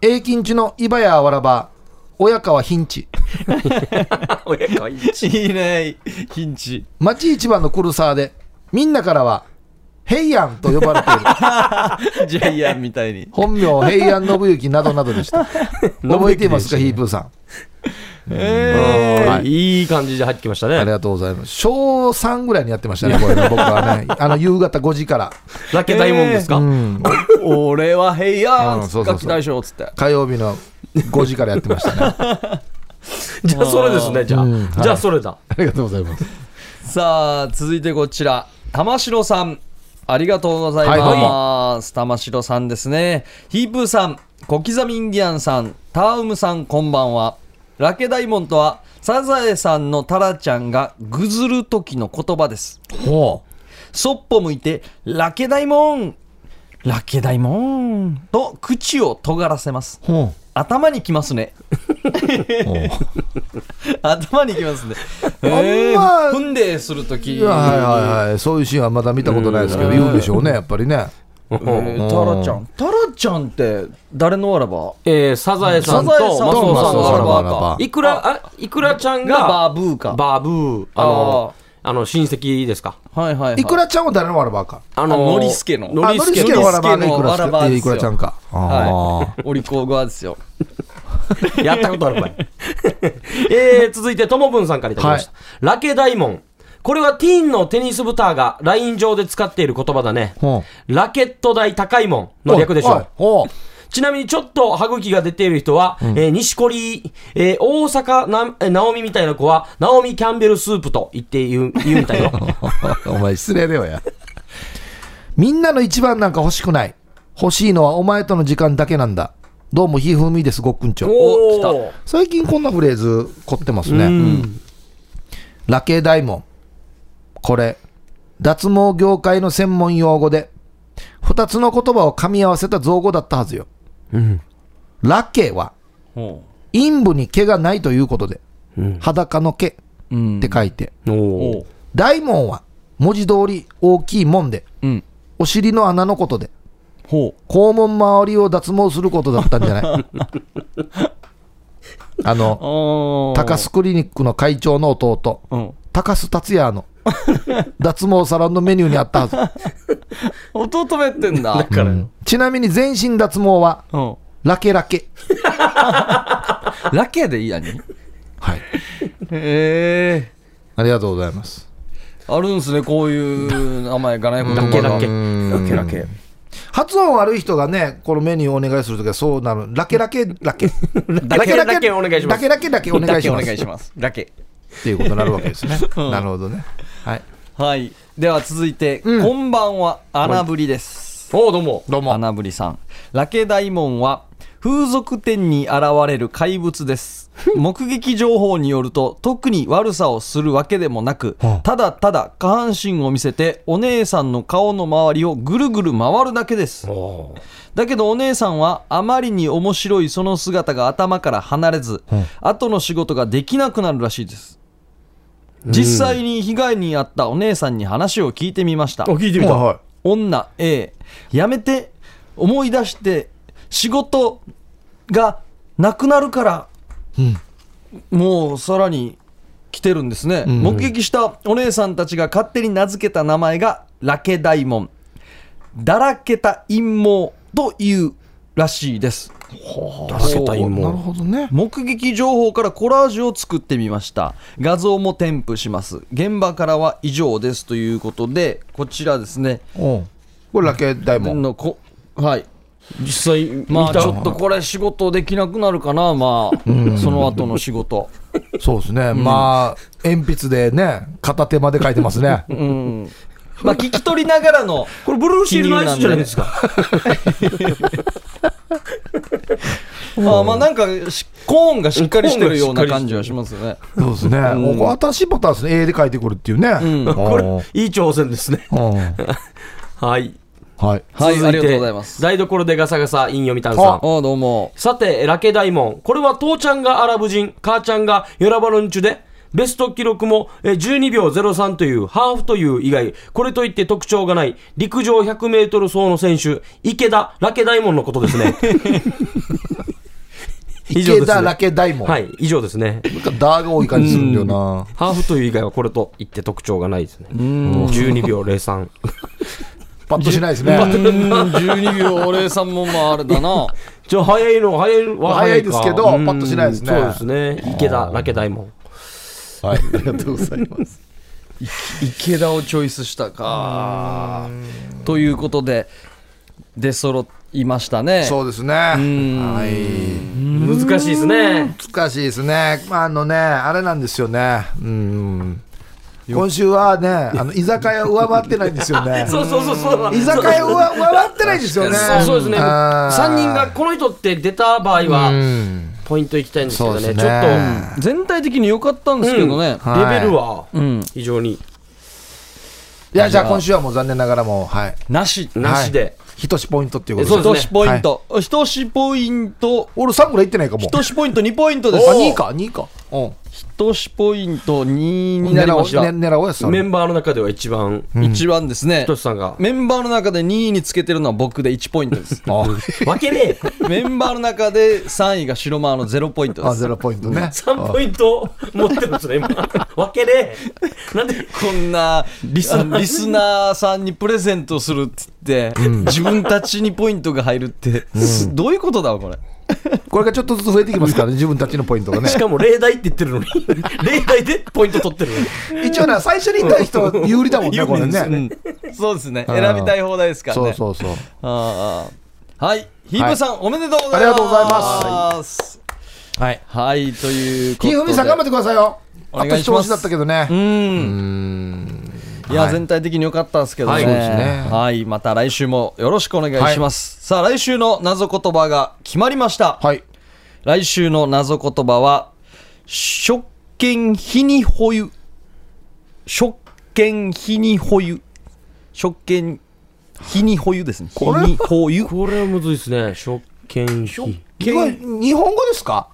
[SPEAKER 3] 永金地のイバヤワラバー、親川ヒンチ。
[SPEAKER 2] 親かわい
[SPEAKER 1] い
[SPEAKER 2] い
[SPEAKER 1] いね、ヒンチ。
[SPEAKER 3] 町一番のクルサーで、みんなからは、ヘイアンと呼ばれている。
[SPEAKER 1] ジャイアンみたいに。
[SPEAKER 3] 本名、ヘイアン信行などなどでした。覚えていますか、ヒープーさん。
[SPEAKER 1] えー
[SPEAKER 3] はい
[SPEAKER 2] いい感じで入ってきました
[SPEAKER 3] あり
[SPEAKER 2] ね
[SPEAKER 3] がとうございます。小3ぐらいにやってましたね、これね、僕はね。あの、夕方5時から。
[SPEAKER 2] ラケ大門ですか
[SPEAKER 3] うん。
[SPEAKER 1] 俺はヘイヤ
[SPEAKER 3] う
[SPEAKER 1] ー
[SPEAKER 3] ん
[SPEAKER 1] ン
[SPEAKER 3] そうそうそう
[SPEAKER 1] 楽器大将っつって。
[SPEAKER 3] 火曜日の5時からやってましたね。
[SPEAKER 2] じゃあそれですねじゃあ
[SPEAKER 3] うん
[SPEAKER 2] じゃあそれだ
[SPEAKER 3] ありがとうございます。
[SPEAKER 1] さあ、続いてこちら。玉城さん。ありがとうございます。
[SPEAKER 3] はいどう
[SPEAKER 1] 玉城さんですね。ヒープーさん、小刻みインディアンさん、ターウムさん、こんばんは。ラケダイモンとは、サザエさんのタラちゃんがぐずる時の言葉です。
[SPEAKER 3] ほ
[SPEAKER 1] そっぽ向いて、ラケダイモンラケダイモンと口を尖らせます
[SPEAKER 3] う。。ほ
[SPEAKER 1] 頭にきます
[SPEAKER 3] [laughs]
[SPEAKER 1] ね。
[SPEAKER 3] う。ほう。
[SPEAKER 1] [laughs] 頭にきますね。
[SPEAKER 3] ま
[SPEAKER 1] えー、踏んでする時
[SPEAKER 3] いや、はいはいはい。そういうシーンはまだ見たことないですけど、
[SPEAKER 1] うん
[SPEAKER 3] 言うでしょうね、やっぱりね。
[SPEAKER 1] えータラちゃん。タラちゃんって誰のあらば
[SPEAKER 2] えーサザエさんと
[SPEAKER 1] サ
[SPEAKER 2] マス
[SPEAKER 1] ザエさん
[SPEAKER 2] オさん
[SPEAKER 1] とマスオさん
[SPEAKER 2] の
[SPEAKER 1] の
[SPEAKER 2] ア
[SPEAKER 1] ア
[SPEAKER 2] ラ
[SPEAKER 1] ラ
[SPEAKER 2] バ
[SPEAKER 1] バ
[SPEAKER 2] ーいくらあいくらちゃん
[SPEAKER 1] がバ
[SPEAKER 2] が
[SPEAKER 1] ーブーか。
[SPEAKER 2] バーブーあのあの親戚ですか
[SPEAKER 1] はいはいはい。
[SPEAKER 3] いくらちゃんは誰のわらばか。
[SPEAKER 2] あ
[SPEAKER 1] あ
[SPEAKER 2] の
[SPEAKER 1] ノリスケの
[SPEAKER 2] ノリスケ
[SPEAKER 3] あノリスケ
[SPEAKER 2] の
[SPEAKER 3] のわらばが
[SPEAKER 1] ノリス
[SPEAKER 3] いく
[SPEAKER 1] ケのわらば
[SPEAKER 3] ら
[SPEAKER 1] ですよ
[SPEAKER 3] いくらちゃんか。あー
[SPEAKER 1] はい。お利口側ですよ。
[SPEAKER 2] やったことあるばい。えー、続いて、ともぶんさんからいただきました。ラケダイモン。これはティーンのテニスブターがライン上で使っている言葉だね。
[SPEAKER 3] ほう。
[SPEAKER 2] ラケット代高いもんの略でし
[SPEAKER 3] おい
[SPEAKER 2] ょ。
[SPEAKER 3] おい
[SPEAKER 2] ちなみにちょっと歯茎が出ている人は、えー、西堀、えー、大阪な、えー、ナオミみたいな子は、ナオミキャンベルスープと言って
[SPEAKER 1] [laughs]
[SPEAKER 2] 言う、言うみたいよ。
[SPEAKER 3] [laughs] お前失礼だよや。みんなの一番なんか欲しくない。欲しいのはお前との時間だけなんだ。どうもひふみです、ごっくんちょ。
[SPEAKER 2] お
[SPEAKER 1] お
[SPEAKER 2] ー。
[SPEAKER 3] 最近こんなフレーズ凝ってますね。
[SPEAKER 2] うん。
[SPEAKER 3] ラケ大門。これ、脱毛業界の専門用語で、二つの言葉を噛み合わせた造語だったはずよ。
[SPEAKER 2] うん。
[SPEAKER 3] ラケは、
[SPEAKER 1] ほ
[SPEAKER 3] 陰部に毛がないということで、
[SPEAKER 2] うん。
[SPEAKER 3] 裸の毛っ
[SPEAKER 1] ううん
[SPEAKER 3] て書いて、
[SPEAKER 2] お
[SPEAKER 1] お
[SPEAKER 2] ー
[SPEAKER 1] う。
[SPEAKER 3] 大門は文字通り大きい門で、
[SPEAKER 1] うん。
[SPEAKER 3] お尻の穴のことで、
[SPEAKER 1] ほう。
[SPEAKER 3] 肛門周りを脱毛することだったんじゃないあの
[SPEAKER 1] あ
[SPEAKER 3] 高須クリニックの会長の弟
[SPEAKER 1] うん。
[SPEAKER 3] 高須達也の脱毛サロンのメニューにあったはず、
[SPEAKER 1] 弟めってんだ。
[SPEAKER 2] から
[SPEAKER 3] うんちなみに全身脱毛は
[SPEAKER 1] うん。
[SPEAKER 3] ラケラケ
[SPEAKER 1] ラケでいいやに。
[SPEAKER 3] はい
[SPEAKER 1] へえ。
[SPEAKER 3] ありがとうございます
[SPEAKER 1] あるんすね、こういう名前がね。
[SPEAKER 2] ラケラケ。
[SPEAKER 1] ラケラケ。
[SPEAKER 3] 発音悪い人がねこのメニューをお願いするときはそうなるラケラケラケラ
[SPEAKER 2] ケラケお願いします
[SPEAKER 3] ラケラケラケお願いし
[SPEAKER 1] お
[SPEAKER 3] ま
[SPEAKER 1] 願
[SPEAKER 3] す
[SPEAKER 1] いします。ラケ。
[SPEAKER 3] っていうことになるわけですね
[SPEAKER 2] [laughs]
[SPEAKER 3] なるほどねはい
[SPEAKER 1] はい。では続いて、
[SPEAKER 3] うん
[SPEAKER 1] こんばんは、穴ぶりです。
[SPEAKER 2] おー、どうも。
[SPEAKER 3] どうも
[SPEAKER 1] 穴ぶりさんラケ大門は風俗店に現れる怪物です
[SPEAKER 3] [laughs]
[SPEAKER 1] 目撃情報によると特に悪さをするわけでもなく
[SPEAKER 3] はあ
[SPEAKER 1] ただただ下半身を見せてお姉さんの顔の周りをぐるぐる回るだけです
[SPEAKER 2] おー
[SPEAKER 1] だけどお姉さんはあまりに面白いその姿が頭から離れず、後の仕事ができなくなるらしいです実際に被害に遭ったお姉さんに話を聞いてみました
[SPEAKER 2] お、聞いてみた。
[SPEAKER 3] はいはい
[SPEAKER 1] 女 A やめて思い出して仕事がなくなるから、もうさらに来てるんですね、
[SPEAKER 3] ん
[SPEAKER 1] 目撃したお姉さんたちが勝手に名付けた名前がラケ大門だらけた陰謀というらしいです
[SPEAKER 2] だらけた陰
[SPEAKER 3] なる
[SPEAKER 2] 謀
[SPEAKER 3] ほどね。
[SPEAKER 1] 目撃情報からコラージュを作ってみました画像も添付します現場からは以上ですということでこちらですね
[SPEAKER 3] うんこれラケ大門。
[SPEAKER 1] のこはい
[SPEAKER 2] 実際見た、
[SPEAKER 1] まあちょっとこれ仕事できなくなるかなまあその後の仕事
[SPEAKER 3] そうですね。まあ、鉛筆でね、片手まで書いてますね。
[SPEAKER 1] うんまあ聞き取りながらの
[SPEAKER 2] これブルーシールのアイスじゃないですか
[SPEAKER 1] まあまあなんかしコーンがしっかりしてるような感じはしますね
[SPEAKER 3] そうですね。もうこれ私ボタンですね。絵で書いてくるっていうね。
[SPEAKER 1] ん
[SPEAKER 2] これ
[SPEAKER 3] うん
[SPEAKER 2] いい挑戦ですね
[SPEAKER 3] うん
[SPEAKER 2] はい
[SPEAKER 3] は
[SPEAKER 1] は
[SPEAKER 3] い。
[SPEAKER 1] い
[SPEAKER 2] 続て
[SPEAKER 1] ありがとうございます
[SPEAKER 2] 台所でガサガサ陰読みたん
[SPEAKER 1] あ
[SPEAKER 2] さん
[SPEAKER 1] あどうも
[SPEAKER 2] さてラケ大門これは父ちゃんがアラブ人母ちゃんがヨラバロンチュでベスト記録もえー12秒03というハーフという以外これといって特徴がない陸上 100m 走の選手池田ラケ大門のことですね [laughs] 以上ですね
[SPEAKER 3] 池田ラケ大門。
[SPEAKER 2] は
[SPEAKER 3] なん
[SPEAKER 2] い以上ですね
[SPEAKER 3] かダーが多い感じするんだよな。
[SPEAKER 2] ハーフという以外はこれといって特徴がないですね12秒03 [laughs]
[SPEAKER 3] パッとしないですね。
[SPEAKER 1] 12秒お礼さんもまああれだな
[SPEAKER 2] じゃあ早いのは早いは
[SPEAKER 3] 早い
[SPEAKER 2] か
[SPEAKER 3] ですけど
[SPEAKER 2] うん
[SPEAKER 3] パッとしないですね
[SPEAKER 2] そうですね池田ラケ大門
[SPEAKER 3] はい。ありがとうございます。
[SPEAKER 1] 池田をチョイスしたかということで出揃いましたね
[SPEAKER 3] そうですね。はい。
[SPEAKER 2] 難しいですね、
[SPEAKER 3] 難しいですね、まあ、あのね、あれなんですよね、うん、今週はね、あの居酒屋上回ってないんですよね
[SPEAKER 2] [laughs] そうそうそうそう
[SPEAKER 3] 居酒屋上上回ってないんですよね、
[SPEAKER 2] そうそうですね。
[SPEAKER 3] あー
[SPEAKER 2] 3人が、この人って出た場合
[SPEAKER 3] う
[SPEAKER 2] は、
[SPEAKER 3] ん、
[SPEAKER 2] ポイントいきたいんですけどね、
[SPEAKER 3] そうですね
[SPEAKER 2] ちょっと、
[SPEAKER 1] 全体的に良かったんですけどね、
[SPEAKER 3] うんはい
[SPEAKER 2] レベルは
[SPEAKER 1] ん、
[SPEAKER 2] 非常に
[SPEAKER 3] いや、じゃあ今週はもう残念ながらもう、はい、
[SPEAKER 1] なし
[SPEAKER 2] なしで。
[SPEAKER 3] ひとしポイントっていうこと
[SPEAKER 2] そう
[SPEAKER 3] で
[SPEAKER 2] です
[SPEAKER 1] 一し
[SPEAKER 2] ね
[SPEAKER 1] ポイント、一しポイント
[SPEAKER 3] 俺、3ぐらい行ってないかも、
[SPEAKER 1] 一しポイント2ポイントです
[SPEAKER 3] あ2位か、2位か、うん、
[SPEAKER 1] 一しポイント2になり
[SPEAKER 3] 狙おう、
[SPEAKER 1] ました、
[SPEAKER 3] ね狙おうや、そ
[SPEAKER 2] メ
[SPEAKER 3] れ、
[SPEAKER 2] ンバーの中では一番、
[SPEAKER 1] 一番ですね
[SPEAKER 2] ひとしさんが、
[SPEAKER 1] メンバーの中で2位につけてるのは僕で1ポイントです
[SPEAKER 3] [laughs] あ
[SPEAKER 2] 負けねえ
[SPEAKER 3] [laughs]
[SPEAKER 1] メンバーの中で3位が白間の0ポイント
[SPEAKER 3] あ、
[SPEAKER 1] です
[SPEAKER 3] ゼロポイント
[SPEAKER 2] [laughs]
[SPEAKER 3] ね、
[SPEAKER 2] !3 ポイント持ってるんですね、今。負けねえなんで、
[SPEAKER 1] こんな [laughs] リスリスナーさんにプレゼントするって言って、自分たちにポイントが入るって、すどういうことだわこれ
[SPEAKER 3] これがちょっとずつ増えてきますからね、自分たちのポイントがね
[SPEAKER 2] し、かも例題って言って
[SPEAKER 3] [laughs]
[SPEAKER 2] るのに、例題でポイント取ってるのに。
[SPEAKER 3] 一応ね、最初に行った人、有利だもんね、これね。
[SPEAKER 1] うんそうですね
[SPEAKER 3] うん
[SPEAKER 1] 選びたい放題ですからね
[SPEAKER 3] そうそうそう
[SPEAKER 1] ああはいヒープさん、おめでとうございます
[SPEAKER 3] ありがとうござい
[SPEAKER 1] ますはい、はい、ということ
[SPEAKER 3] 金
[SPEAKER 1] で
[SPEAKER 3] 文さん頑張ってくださいよ
[SPEAKER 1] お
[SPEAKER 3] あ
[SPEAKER 1] 願いし
[SPEAKER 3] と
[SPEAKER 1] ます
[SPEAKER 3] 一押しだったけどね
[SPEAKER 1] うんいや、
[SPEAKER 3] はい
[SPEAKER 1] 全体的に良かったですけどね,、は
[SPEAKER 3] はいいそうですね
[SPEAKER 1] また来週もよろしくお願いします、さあ来週の謎言葉が決まりました、
[SPEAKER 3] はい
[SPEAKER 1] 来週の謎言葉は「食券日に保有」「食券日に保有」「食券日に保有」ですね「日
[SPEAKER 3] これ
[SPEAKER 1] に保
[SPEAKER 3] [laughs]
[SPEAKER 1] 有」
[SPEAKER 2] これはむずいですね、食券費。
[SPEAKER 3] 日本日本語ですか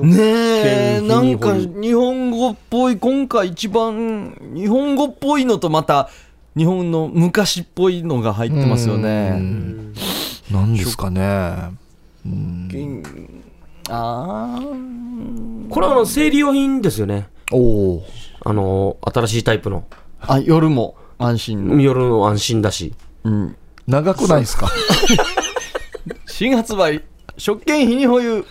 [SPEAKER 1] ねえ
[SPEAKER 2] 食券日に
[SPEAKER 1] な
[SPEAKER 2] 保
[SPEAKER 1] ん
[SPEAKER 2] 有
[SPEAKER 1] か日本語っぽい今回一番日本語っぽいのとまた日本の昔っぽいのが入ってますよね
[SPEAKER 3] なんですかね
[SPEAKER 1] あ
[SPEAKER 2] これはあの生理用品ですよね。
[SPEAKER 3] おお
[SPEAKER 2] あの、新しいタイプの。
[SPEAKER 1] ーあ夜も安心の、
[SPEAKER 2] 夜の安心だし。
[SPEAKER 1] うん、
[SPEAKER 3] 長くないですか
[SPEAKER 1] 新発売食券日に保有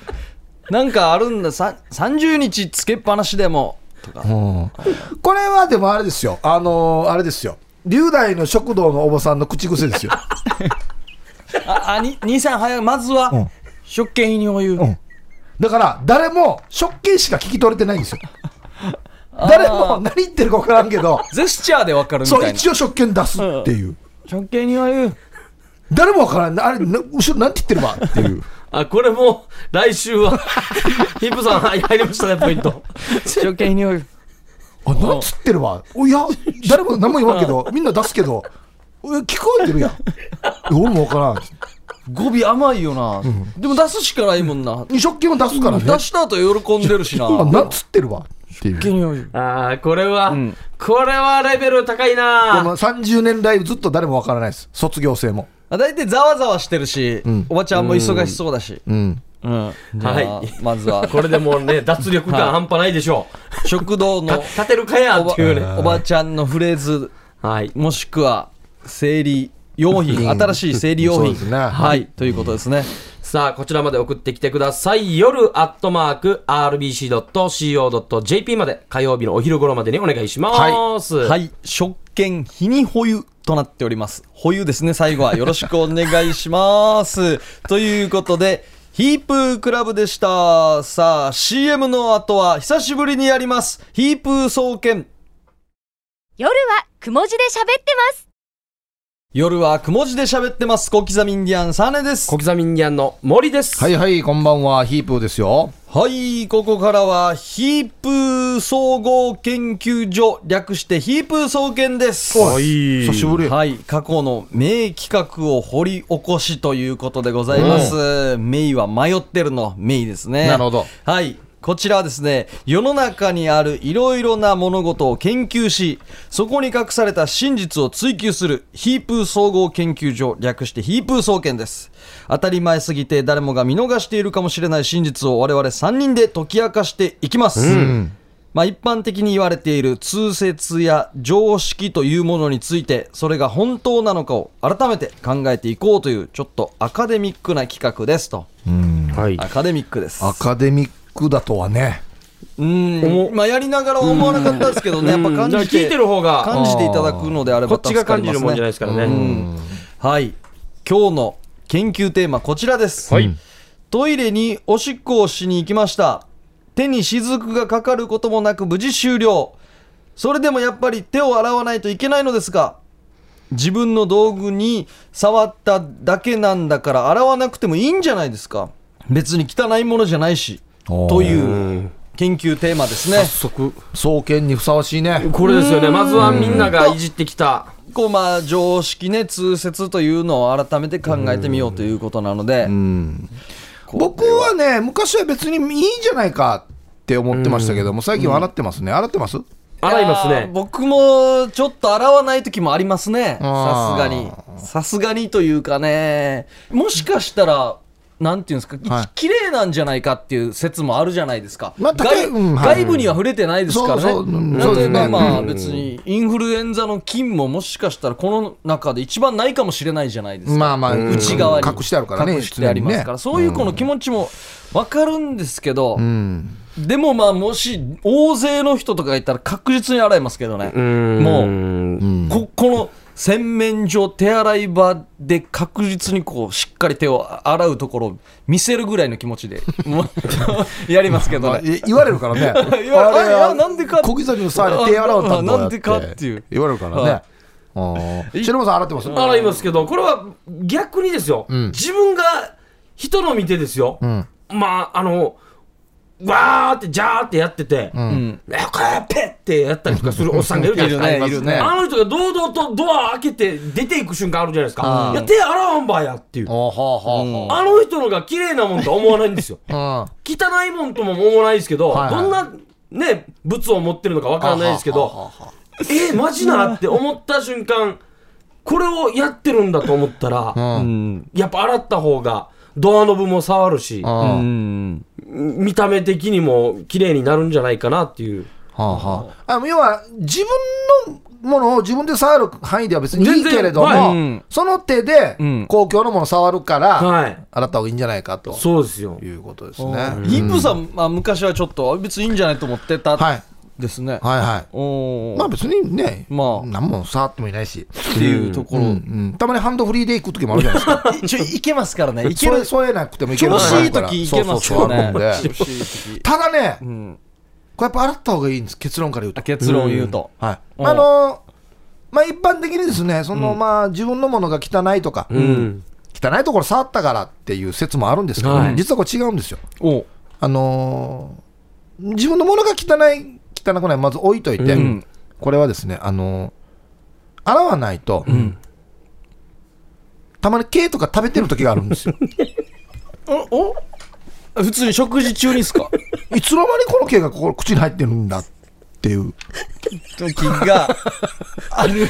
[SPEAKER 1] なんかあるんださ30日つけっぱなしでもとか
[SPEAKER 3] うんこれはでもあれですよあのーあれですよ龍大の食堂のおばさんの口癖 [laughs] ですよ
[SPEAKER 1] ああに兄さん早いまずは、
[SPEAKER 3] うん
[SPEAKER 1] 食券日に保有、
[SPEAKER 3] んだから誰も食券しか聞き取れてないんですよ誰も何言ってるか分からんけど
[SPEAKER 1] ゼスチャーでわかるみ
[SPEAKER 3] そう
[SPEAKER 1] たいな
[SPEAKER 3] 一応食券出すっていう
[SPEAKER 1] 食券日に保有
[SPEAKER 3] 誰も分からんあれな後ろなんて言ってるわっていう
[SPEAKER 2] あ、これもう、来週
[SPEAKER 1] [laughs]
[SPEAKER 2] は、ヒップさん、はい、入りましたね、ポイント。
[SPEAKER 1] 食券日に保有
[SPEAKER 3] あ、なんつってるわ。おいや、誰も何も言わんけど、みんな出すけど、え聞こえてるやん。俺もわからん。
[SPEAKER 1] 語尾甘いよな、でも出すしかないもんな、
[SPEAKER 3] 二食券を出すからね。
[SPEAKER 1] 出した後喜んでるしな
[SPEAKER 3] あ、なんつってるわ。っていう。
[SPEAKER 1] 食券日に保有
[SPEAKER 2] ああ、これは、
[SPEAKER 1] ん
[SPEAKER 2] これはレベル高い
[SPEAKER 3] こ
[SPEAKER 2] な
[SPEAKER 3] の30年来ずっと誰もわからないです。卒業生も。
[SPEAKER 1] あ大体ざわざわしてるし、
[SPEAKER 3] ん
[SPEAKER 1] おばちゃんも忙しそうだし、
[SPEAKER 3] うん。
[SPEAKER 1] うん。じゃあ、
[SPEAKER 2] はい
[SPEAKER 1] まず
[SPEAKER 2] [laughs]
[SPEAKER 1] は、
[SPEAKER 2] これでもうね、脱力感半端ないでしょ
[SPEAKER 1] 食堂
[SPEAKER 2] う。た
[SPEAKER 1] の
[SPEAKER 2] 立てるかや
[SPEAKER 1] おば
[SPEAKER 2] っていうね。
[SPEAKER 1] おばちゃんのフレーズ、
[SPEAKER 2] はい。
[SPEAKER 1] もしく [laughs] は、生理用品、新しい生理用
[SPEAKER 3] そう
[SPEAKER 1] 品。
[SPEAKER 3] ですね
[SPEAKER 1] はい、ということですね。
[SPEAKER 2] さあ、こちらまで送ってきてください。夜アットマーク RBC.CO.JP まで火曜日のお昼頃までにお願いします。
[SPEAKER 1] はい、食券日に保有となっております。保有ですね、最後はよろしくお願いし
[SPEAKER 3] [laughs]
[SPEAKER 1] ます。ということで、ヒープークラブでした。さあ、CM の後は久しぶりにやります。ヒープー総研。
[SPEAKER 4] 夜はくも字で喋ってます
[SPEAKER 1] 夜はくも字で喋ってます。小刻みインディアンサーネです。
[SPEAKER 2] 小刻みインディアンの森です。
[SPEAKER 3] はいはい、こんばんは、ヒープーですよ。
[SPEAKER 1] はい、ここからはヒープー総合研究所、略してヒープー総研です。
[SPEAKER 3] 久しぶり。
[SPEAKER 1] はい、過去の名企画を掘り起こしということでございます。名は迷ってるの名ですね。
[SPEAKER 3] なるほど。
[SPEAKER 1] はい。こちらはですね、世の中にあるいろいろな物事を研究し、そこに隠された真実を追求する、ヒープー総合研究所、略してヒープー総研です。当たり前すぎて誰もが見逃しているかもしれない真実を我々3人で解き明かしていきます。まあ、一般的に言われている通説や常識というものについてそれが本当なのかを改めて考えていこうというちょっとアカデミックな企画ですと
[SPEAKER 2] はい
[SPEAKER 1] アカデミックです
[SPEAKER 3] アカデミックだとはね。
[SPEAKER 1] うんまあやりながら思わなかったですけどねやっぱ感じ
[SPEAKER 2] 聞い
[SPEAKER 1] て
[SPEAKER 2] てる方が、
[SPEAKER 1] 感じていただくのであれ
[SPEAKER 2] こ
[SPEAKER 1] ば
[SPEAKER 2] っちが感じるもんじゃない
[SPEAKER 1] い
[SPEAKER 2] ですからね。
[SPEAKER 1] はい今日の研究テーマこちらです
[SPEAKER 2] はい。
[SPEAKER 1] トイレにおしっこをしに行きました。手に雫がかかることもなく無事終了。それでもやっぱり手を洗わないといけないのですが、自分の道具に触っただけなんだから洗わなくてもいいんじゃないですか。別に汚いものじゃないし。
[SPEAKER 3] おー
[SPEAKER 1] という研究テーマですね。
[SPEAKER 3] 早速、創建にふさわしいね。
[SPEAKER 2] これですよね。まずはみんながいじってきた。
[SPEAKER 1] こうまあ常識ね、通説というのを改めて考えてみようということなので、
[SPEAKER 3] 僕はね、昔は別にいいんじゃないかって思ってましたけども、最近は洗ってますね。洗ってます
[SPEAKER 2] 洗います
[SPEAKER 1] やー
[SPEAKER 2] ね。
[SPEAKER 1] 僕もちょっと洗わない時もありますねさ
[SPEAKER 3] あ
[SPEAKER 1] すがに
[SPEAKER 3] ー
[SPEAKER 1] さすがにというかねもしかしたらなんていうんですか、き
[SPEAKER 3] はい
[SPEAKER 1] 綺麗なんじゃないかっていう説もあるじゃないですか、
[SPEAKER 3] まあ高い
[SPEAKER 1] 外
[SPEAKER 3] うんはい
[SPEAKER 1] 外部には触れてないですからね
[SPEAKER 3] そうそううんそ
[SPEAKER 1] 例
[SPEAKER 3] うで
[SPEAKER 1] え
[SPEAKER 3] すね
[SPEAKER 1] ばまあ
[SPEAKER 3] うん
[SPEAKER 1] 別にインフルエンザの菌ももしかしたらこの中で一番ないかもしれないじゃないですか、
[SPEAKER 3] まあまあ、
[SPEAKER 1] 内側に
[SPEAKER 3] 隠してあるからね。
[SPEAKER 1] 隠してありますから、そういうこの気持ちも分かるんですけど、でもまあもし大勢の人とかがいたら確実に洗いますけどね、もう
[SPEAKER 2] もう、
[SPEAKER 1] ここの洗面所手洗い場で確実にこうしっかり手を洗うところを見せるぐらいの気持ちで [laughs] もうやりますけ
[SPEAKER 3] 常
[SPEAKER 1] ど
[SPEAKER 3] にね
[SPEAKER 1] ね。
[SPEAKER 3] え言われるからね。
[SPEAKER 1] [laughs] 言われ
[SPEAKER 3] あれ
[SPEAKER 1] あいやなんでか
[SPEAKER 3] 小刻みのさ、手洗うたんだよ
[SPEAKER 1] なんでかっていう
[SPEAKER 3] 言われるから
[SPEAKER 1] はい
[SPEAKER 3] ね。あー白間さん洗ってます
[SPEAKER 2] 洗いますけど、これは逆にですよ。自分が人の見てですよ。まあ、あの、わーって、じゃーってやってて、
[SPEAKER 1] ん
[SPEAKER 2] えこれペッってやったりとかするおっさんがいるじゃないですか。
[SPEAKER 1] いるねいるね
[SPEAKER 2] あの人が堂々とドア開けて出ていく瞬間あるじゃないです
[SPEAKER 1] う
[SPEAKER 2] か。
[SPEAKER 1] ん
[SPEAKER 2] いや、手洗わんばやっていう。
[SPEAKER 3] おーは [laughs] あはあは
[SPEAKER 2] あの人のが綺麗なもんとは思わないんですよ。
[SPEAKER 3] あうん
[SPEAKER 2] 汚いもんとも思わないですけど、
[SPEAKER 3] はいはい
[SPEAKER 2] どんなね、物を持ってるのかわからないですけど、えー、マジなって思った瞬間、これをやってるんだと思ったら、
[SPEAKER 1] うん
[SPEAKER 2] やっぱ洗った方が、ドアノブも触るし、
[SPEAKER 1] う
[SPEAKER 3] うん
[SPEAKER 1] ん
[SPEAKER 2] 見た目的にも綺麗になるんじゃないかなっていう。
[SPEAKER 3] はあはあ、あの要は自分のものを自分で触る範囲では別にいい
[SPEAKER 2] 全然
[SPEAKER 3] けれども、
[SPEAKER 2] はい
[SPEAKER 1] うん
[SPEAKER 3] その手で
[SPEAKER 1] うん
[SPEAKER 3] 公共のものを触るから、
[SPEAKER 2] はい。
[SPEAKER 3] 洗った方がいいんじゃないかと
[SPEAKER 2] そうですよ。
[SPEAKER 3] いうことですね。うん
[SPEAKER 1] ヒップさん、まあ、昔はちょっとあ別にいいんじゃないと思ってた
[SPEAKER 3] はい
[SPEAKER 1] ですね。
[SPEAKER 3] はいはい。
[SPEAKER 1] おー
[SPEAKER 3] まあ別にね、
[SPEAKER 1] まあ
[SPEAKER 3] 何も触ってもいないし、
[SPEAKER 1] っていうとこ
[SPEAKER 3] う
[SPEAKER 1] ろ、
[SPEAKER 3] んうんたまにハンドフリーで行く時もあるじゃないですか。
[SPEAKER 1] いちょいけますからねいけ
[SPEAKER 3] [laughs] それ
[SPEAKER 1] る
[SPEAKER 3] 添えなくてもいける
[SPEAKER 1] 調
[SPEAKER 3] と
[SPEAKER 1] 子
[SPEAKER 3] こもあ
[SPEAKER 1] いい
[SPEAKER 3] るから
[SPEAKER 1] 時いけますよね
[SPEAKER 3] そうそうそうあるもんで
[SPEAKER 1] 調子いい時
[SPEAKER 3] ただね、
[SPEAKER 1] うん
[SPEAKER 3] これやっぱ洗った方がいいんです結論から言うと。
[SPEAKER 1] 結論を言うと、
[SPEAKER 3] はい、
[SPEAKER 1] うん
[SPEAKER 3] あのまあ一般的にですね、そのまあ自分のものが汚いとか、
[SPEAKER 2] うん。
[SPEAKER 3] 汚いところ触ったからっていう説もあるんですけど、
[SPEAKER 2] はい
[SPEAKER 3] 実はこれ違うんですよ。
[SPEAKER 1] お
[SPEAKER 3] あのー自分のものが汚い、汚くない、まず置いといて、
[SPEAKER 1] うん
[SPEAKER 3] これはですね、あのー洗わないと、
[SPEAKER 1] ん
[SPEAKER 3] たまに毛とか食べてる時があるんですよ。
[SPEAKER 1] お普通に食事中にですか
[SPEAKER 3] いつの間にこの毛がここ口に入ってるんだっていう。
[SPEAKER 1] 時がある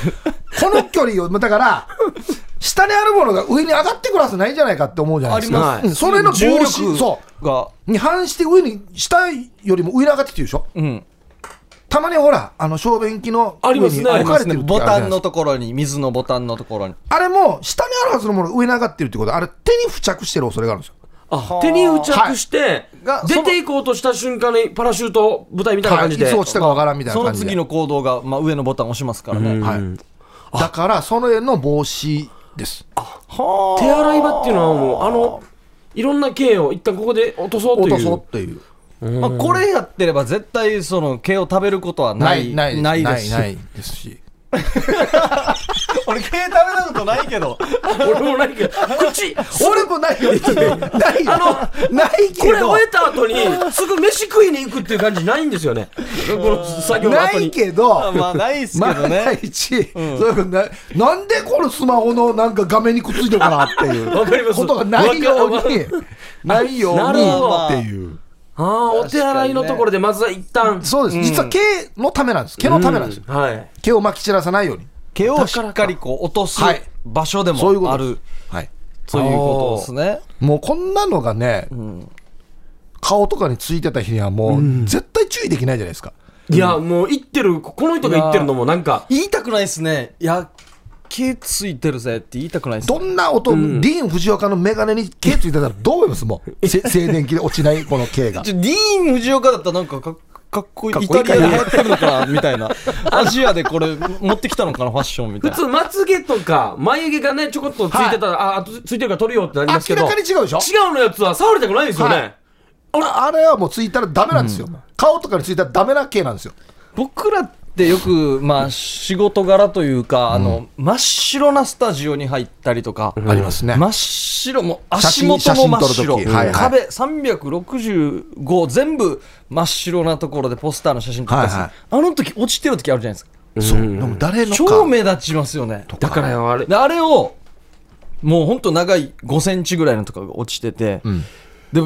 [SPEAKER 3] この距離を、だから、下にあるものが上に上がってくるはずないじゃないかって思うじゃないですか。
[SPEAKER 2] あります
[SPEAKER 3] うんそれの
[SPEAKER 1] 重
[SPEAKER 3] 重力
[SPEAKER 1] 力
[SPEAKER 3] そ
[SPEAKER 1] が、
[SPEAKER 3] う。に反して上に、下よりも上に上がってきてるでしょ。
[SPEAKER 1] うん、
[SPEAKER 3] たまにほら、あの、小便器の
[SPEAKER 2] ありますね
[SPEAKER 3] 上に置かれてる時
[SPEAKER 1] ボ
[SPEAKER 3] あ
[SPEAKER 1] タ
[SPEAKER 3] るじゃない
[SPEAKER 1] ン
[SPEAKER 3] で
[SPEAKER 1] の
[SPEAKER 3] すか
[SPEAKER 1] ところに、水のボタンのところに。
[SPEAKER 3] あれも、下にあるはずのものが上に上がってるってことは、あれ手に付着してる恐れがあるんですよ。
[SPEAKER 2] あ手に付着して、
[SPEAKER 1] がそ
[SPEAKER 2] 出
[SPEAKER 1] の
[SPEAKER 2] ていこうとした瞬間にパラシュート舞台みたいな感じで、
[SPEAKER 3] はいいつ落ちたかわからんみたいな
[SPEAKER 1] その
[SPEAKER 3] 感じで。
[SPEAKER 1] 次の行動が、まあ、上のボタンを押しますからね。
[SPEAKER 2] うん
[SPEAKER 3] はいだから、その絵の帽子です。
[SPEAKER 1] は
[SPEAKER 2] 手洗い場っていうのはもうあのいろんな刑を一旦ここで落とそうと
[SPEAKER 3] 落
[SPEAKER 2] いう
[SPEAKER 3] とそうっていう。
[SPEAKER 1] あ、まあ、これやってれば絶対その毛を食べることはな
[SPEAKER 3] ないい、ない、ない、
[SPEAKER 1] で
[SPEAKER 3] な
[SPEAKER 1] す
[SPEAKER 3] い
[SPEAKER 1] し
[SPEAKER 3] ないですし。
[SPEAKER 1] 俺毛食べたことないけど
[SPEAKER 2] 俺もないけど口
[SPEAKER 3] 俺もないよ。ないよ。
[SPEAKER 2] あ
[SPEAKER 3] ない
[SPEAKER 2] こ
[SPEAKER 3] けど。
[SPEAKER 2] れ終えた後に [laughs] すぐ飯食いに行くっていう感じないんですよね [laughs] この作業の
[SPEAKER 3] な
[SPEAKER 2] 後に
[SPEAKER 3] いけど、
[SPEAKER 1] まあないっすけど
[SPEAKER 3] 万が
[SPEAKER 1] ね
[SPEAKER 3] 一、そういうことななんでこのスマホのなんか画面にくっついてるかなってい
[SPEAKER 2] わかりま
[SPEAKER 3] う
[SPEAKER 2] す
[SPEAKER 3] ことがないよう
[SPEAKER 2] わか
[SPEAKER 3] に、ないように
[SPEAKER 2] な
[SPEAKER 3] っ
[SPEAKER 2] るほど
[SPEAKER 3] ていう。
[SPEAKER 2] ああお手洗いのところでまずは一旦
[SPEAKER 3] そうです。実は毛のためなんです。毛のためなんですよ。
[SPEAKER 2] うんはい
[SPEAKER 3] 毛をまき散らさないように。
[SPEAKER 1] 毛をしっかりこう落とす
[SPEAKER 3] はい
[SPEAKER 1] 場所でも
[SPEAKER 3] そういうこ
[SPEAKER 1] あ
[SPEAKER 3] と
[SPEAKER 1] る
[SPEAKER 3] はい。
[SPEAKER 1] ということですね
[SPEAKER 3] もうこんなのがね、顔とかについてた日にはもう絶対注意できないじゃないですか。
[SPEAKER 2] いやもう行ってるこの人が行ってるのもなんか
[SPEAKER 1] 言いたくないっすねいや毛ついてるぜって言いたくないっすね
[SPEAKER 3] どんな音、ディーン・藤岡の眼鏡に毛ついてたらどう思いますもう。せ静電気で落ちないこの毛が
[SPEAKER 1] ち。ょディーン・藤岡だったらなんかかっかっこいい
[SPEAKER 3] かっ
[SPEAKER 1] イ
[SPEAKER 3] こい
[SPEAKER 1] タ
[SPEAKER 3] い
[SPEAKER 1] リア
[SPEAKER 3] かな
[SPEAKER 1] で流行ってるのかなみたい [laughs] なアジアでこれ持ってきたのかなファッションみたいな
[SPEAKER 2] 普通まつげとか眉毛がねちょこっとついてたら、ああつついてるから取るよってなりますけ
[SPEAKER 3] 明
[SPEAKER 2] ど
[SPEAKER 3] らかに違うでしょ
[SPEAKER 2] 違うのやつは触りたくないですよね、
[SPEAKER 3] はいああれはもうついたらダメなんですよ、顔とかについたらダメな系なんですよ
[SPEAKER 1] 僕らってよくまあ仕事柄というかあの真っ白なスタジオに入ったりとか
[SPEAKER 3] ありますね
[SPEAKER 1] 真っ白もう
[SPEAKER 3] 写
[SPEAKER 1] 足
[SPEAKER 3] 真
[SPEAKER 1] 元も真っ
[SPEAKER 3] 写真
[SPEAKER 1] 白、
[SPEAKER 3] 撮る時はいはい
[SPEAKER 1] 壁365全部真っ白なところでポスターの写真撮ったりする、
[SPEAKER 3] はい
[SPEAKER 1] あの時落ちてる時あるじゃないですか
[SPEAKER 3] そうでも誰の
[SPEAKER 1] 超
[SPEAKER 3] か
[SPEAKER 1] 目立ちますよね
[SPEAKER 2] だからよ [laughs] あれ
[SPEAKER 1] であれをもうほんと長い5センチぐらいのとかが落ちてて、
[SPEAKER 3] ん
[SPEAKER 1] で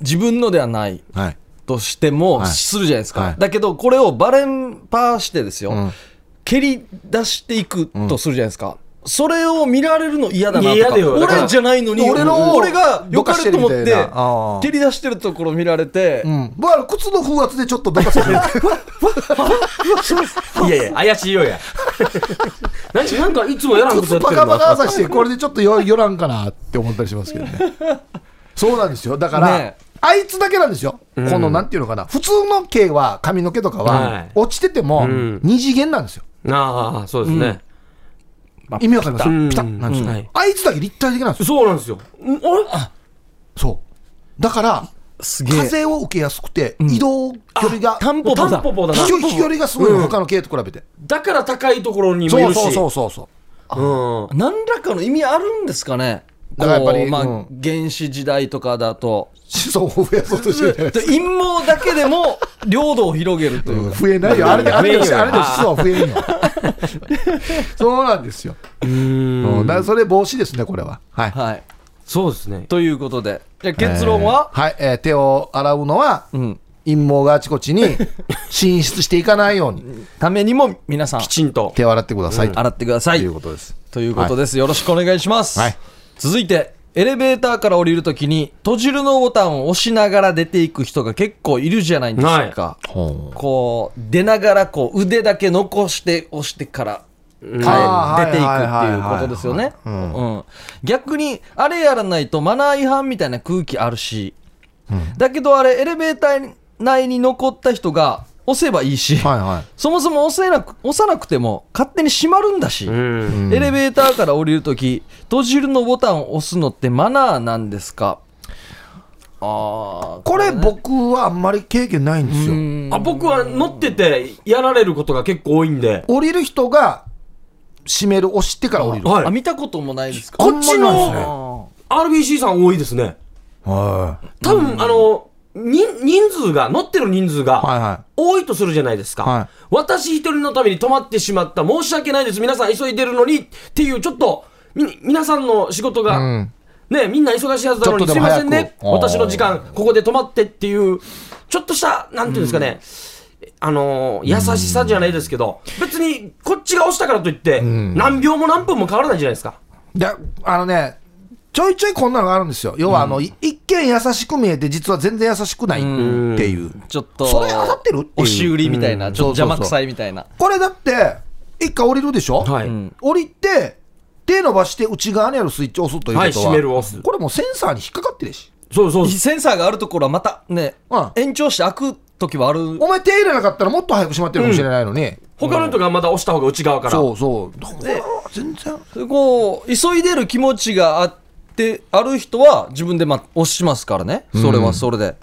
[SPEAKER 1] 自分のではない
[SPEAKER 3] はい
[SPEAKER 1] としても、
[SPEAKER 3] はい
[SPEAKER 1] するじゃないですか、
[SPEAKER 3] はい
[SPEAKER 1] だけどこれをバレンパーしてですよ、
[SPEAKER 3] ん
[SPEAKER 1] 蹴り出していくとするじゃないですか、それを見られるの嫌だない
[SPEAKER 2] や
[SPEAKER 1] とか
[SPEAKER 2] 嫌だよだから
[SPEAKER 1] 俺じゃないのに
[SPEAKER 3] 俺の
[SPEAKER 1] 俺がよかれと思っ
[SPEAKER 3] どかしてるみたいな
[SPEAKER 1] て
[SPEAKER 3] あー
[SPEAKER 1] 蹴り出してるところ見られて、 [laughs]
[SPEAKER 3] うん、僕は靴の風圧でちょっとどかせてる
[SPEAKER 2] いやいや怪しいよ [laughs] うやなんかなんかいつもやらんことやって
[SPEAKER 3] 靴バ
[SPEAKER 2] るな
[SPEAKER 3] カバカさしてこれでちょっとよよらんかなって思ったりしますけ
[SPEAKER 2] [laughs]
[SPEAKER 3] どねそうなんですよだから、
[SPEAKER 1] ね
[SPEAKER 3] あいつだけなんですよ、このなんていうのかな普通の毛は髪の毛とか
[SPEAKER 2] は
[SPEAKER 3] はい落ちてても
[SPEAKER 2] ん
[SPEAKER 3] 二次元なんですよ
[SPEAKER 2] ああそうですね、
[SPEAKER 3] 意味わかります
[SPEAKER 2] うん
[SPEAKER 3] ピタッなんですよ、
[SPEAKER 2] うんはい
[SPEAKER 3] あいつだけ立体的なんですよ
[SPEAKER 2] そうなんですよんあ
[SPEAKER 3] そうだから
[SPEAKER 1] すげえ
[SPEAKER 3] 風を受けやすくて移動距離が、
[SPEAKER 1] タンポポ
[SPEAKER 2] タ
[SPEAKER 1] だ
[SPEAKER 2] ンポポだな
[SPEAKER 3] 飛距飛距離がすごいの、
[SPEAKER 2] うん
[SPEAKER 3] 他の系と比べて。
[SPEAKER 2] だから高いところにもい
[SPEAKER 3] そう
[SPEAKER 2] るし
[SPEAKER 3] そうそううそうそう。
[SPEAKER 2] ん
[SPEAKER 3] [laughs]
[SPEAKER 1] 何らかの意味あるんですかね
[SPEAKER 3] だからやっぱり
[SPEAKER 1] こうまあ
[SPEAKER 3] うん
[SPEAKER 1] 原始時代とかだと
[SPEAKER 3] 子孫を増やそうとしてるじゃない
[SPEAKER 1] 陰謀だけで
[SPEAKER 3] [laughs]
[SPEAKER 1] も領土を広げるというか、
[SPEAKER 3] 増えないよ。あれで、あれで、
[SPEAKER 2] 増えんよ
[SPEAKER 3] あれで子孫は増えんよ。そうなんですよ。
[SPEAKER 2] うん
[SPEAKER 3] うんだからそれ防止ですね、これは。はい。
[SPEAKER 1] はい、
[SPEAKER 2] そうですね
[SPEAKER 1] ということでじゃあ結論は、
[SPEAKER 3] えーはい、えー手を洗うのは、
[SPEAKER 1] うん、
[SPEAKER 3] 陰謀があちこちに進出していかないように、
[SPEAKER 1] ためにも皆さん
[SPEAKER 2] きちんと
[SPEAKER 3] 手を洗ってくださいと
[SPEAKER 1] 洗ってください
[SPEAKER 3] いうことです。
[SPEAKER 1] ということです、よろしくお願いします、
[SPEAKER 3] はい
[SPEAKER 1] 続いてエレベーターから降りるときに閉じるのボタンを押しながら出ていく人が結構いるじゃないですか、
[SPEAKER 3] ほう
[SPEAKER 1] こう出ながらこう腕だけ残して押してから
[SPEAKER 3] あー
[SPEAKER 1] 出ていくっていうことですよね
[SPEAKER 3] はいはいはいはいうん
[SPEAKER 1] うん逆にあれやらないとマナー違反みたいな空気あるし、だけどあれエレベーター内に残った人が押せばいいし、
[SPEAKER 3] はいはい。
[SPEAKER 1] そもそも押せなく押さなくても勝手に閉まるんだし、
[SPEAKER 2] うん
[SPEAKER 1] エレベーターから降りるとき、閉じるのボタンを押すのってマナーなんですかああ、
[SPEAKER 3] これ僕はあんまり経験ないんですよ。
[SPEAKER 2] あ僕は乗っててやられることが結構多いんで
[SPEAKER 3] 降りる人が閉める、押してから降りる。
[SPEAKER 2] はい
[SPEAKER 1] あ見たこともないですか
[SPEAKER 2] こっち
[SPEAKER 3] あんまないですね
[SPEAKER 2] の RBC さん多いですね
[SPEAKER 3] はい。
[SPEAKER 2] 多分、あのに人数が乗ってる人数が、
[SPEAKER 3] はいはい。
[SPEAKER 2] 多いとするじゃないですか、
[SPEAKER 3] はい
[SPEAKER 2] 私一人のために止まってしまった、申し訳ないです、皆さん急いでるのにっていう、ちょっとみ皆さんの仕事が、
[SPEAKER 3] うん
[SPEAKER 2] ね、みんな忙しいはずなのに、
[SPEAKER 3] ち
[SPEAKER 2] す
[SPEAKER 3] ょ
[SPEAKER 2] い
[SPEAKER 3] っとでも
[SPEAKER 2] ま
[SPEAKER 3] 早
[SPEAKER 2] せ
[SPEAKER 3] く
[SPEAKER 2] んね、
[SPEAKER 3] あー
[SPEAKER 2] 私の時間、ここで止まってっていう、ちょっとした、なんていうんですかね、あのー優しさじゃないですけど、別にこっちが押したからといって、何秒も何分も変わらないじゃないですか。
[SPEAKER 3] であのねちょいちょいこんなのがあるんですよ要はあの、い一見優しく見えて実は全然優しくないっていう、
[SPEAKER 1] ちょっと
[SPEAKER 3] それ当たってるっていう
[SPEAKER 1] 押し売りみたいな、
[SPEAKER 3] うん
[SPEAKER 1] ちょっと
[SPEAKER 3] そ
[SPEAKER 1] 邪
[SPEAKER 3] うそうそう
[SPEAKER 1] 魔くさいみたいな
[SPEAKER 3] これだって一回降りるでしょ、
[SPEAKER 2] はい。
[SPEAKER 3] 降りて手伸ばして内側にあるスイッチを押すということは、
[SPEAKER 2] はい閉める押す
[SPEAKER 3] これもうセンサーに引っかかってるし
[SPEAKER 2] そうそう。
[SPEAKER 1] センサーがあるところはまたね、
[SPEAKER 3] うん
[SPEAKER 1] 延長して開く時はある
[SPEAKER 3] お前手入れなかったらもっと早く閉まってるかもしれないのに、
[SPEAKER 2] 他の人がまだ押した方が内側から。
[SPEAKER 3] そうそうだから全然
[SPEAKER 1] こう急いでる気持ちがあってある人は自分で、ま、押しますからねそれはそれで、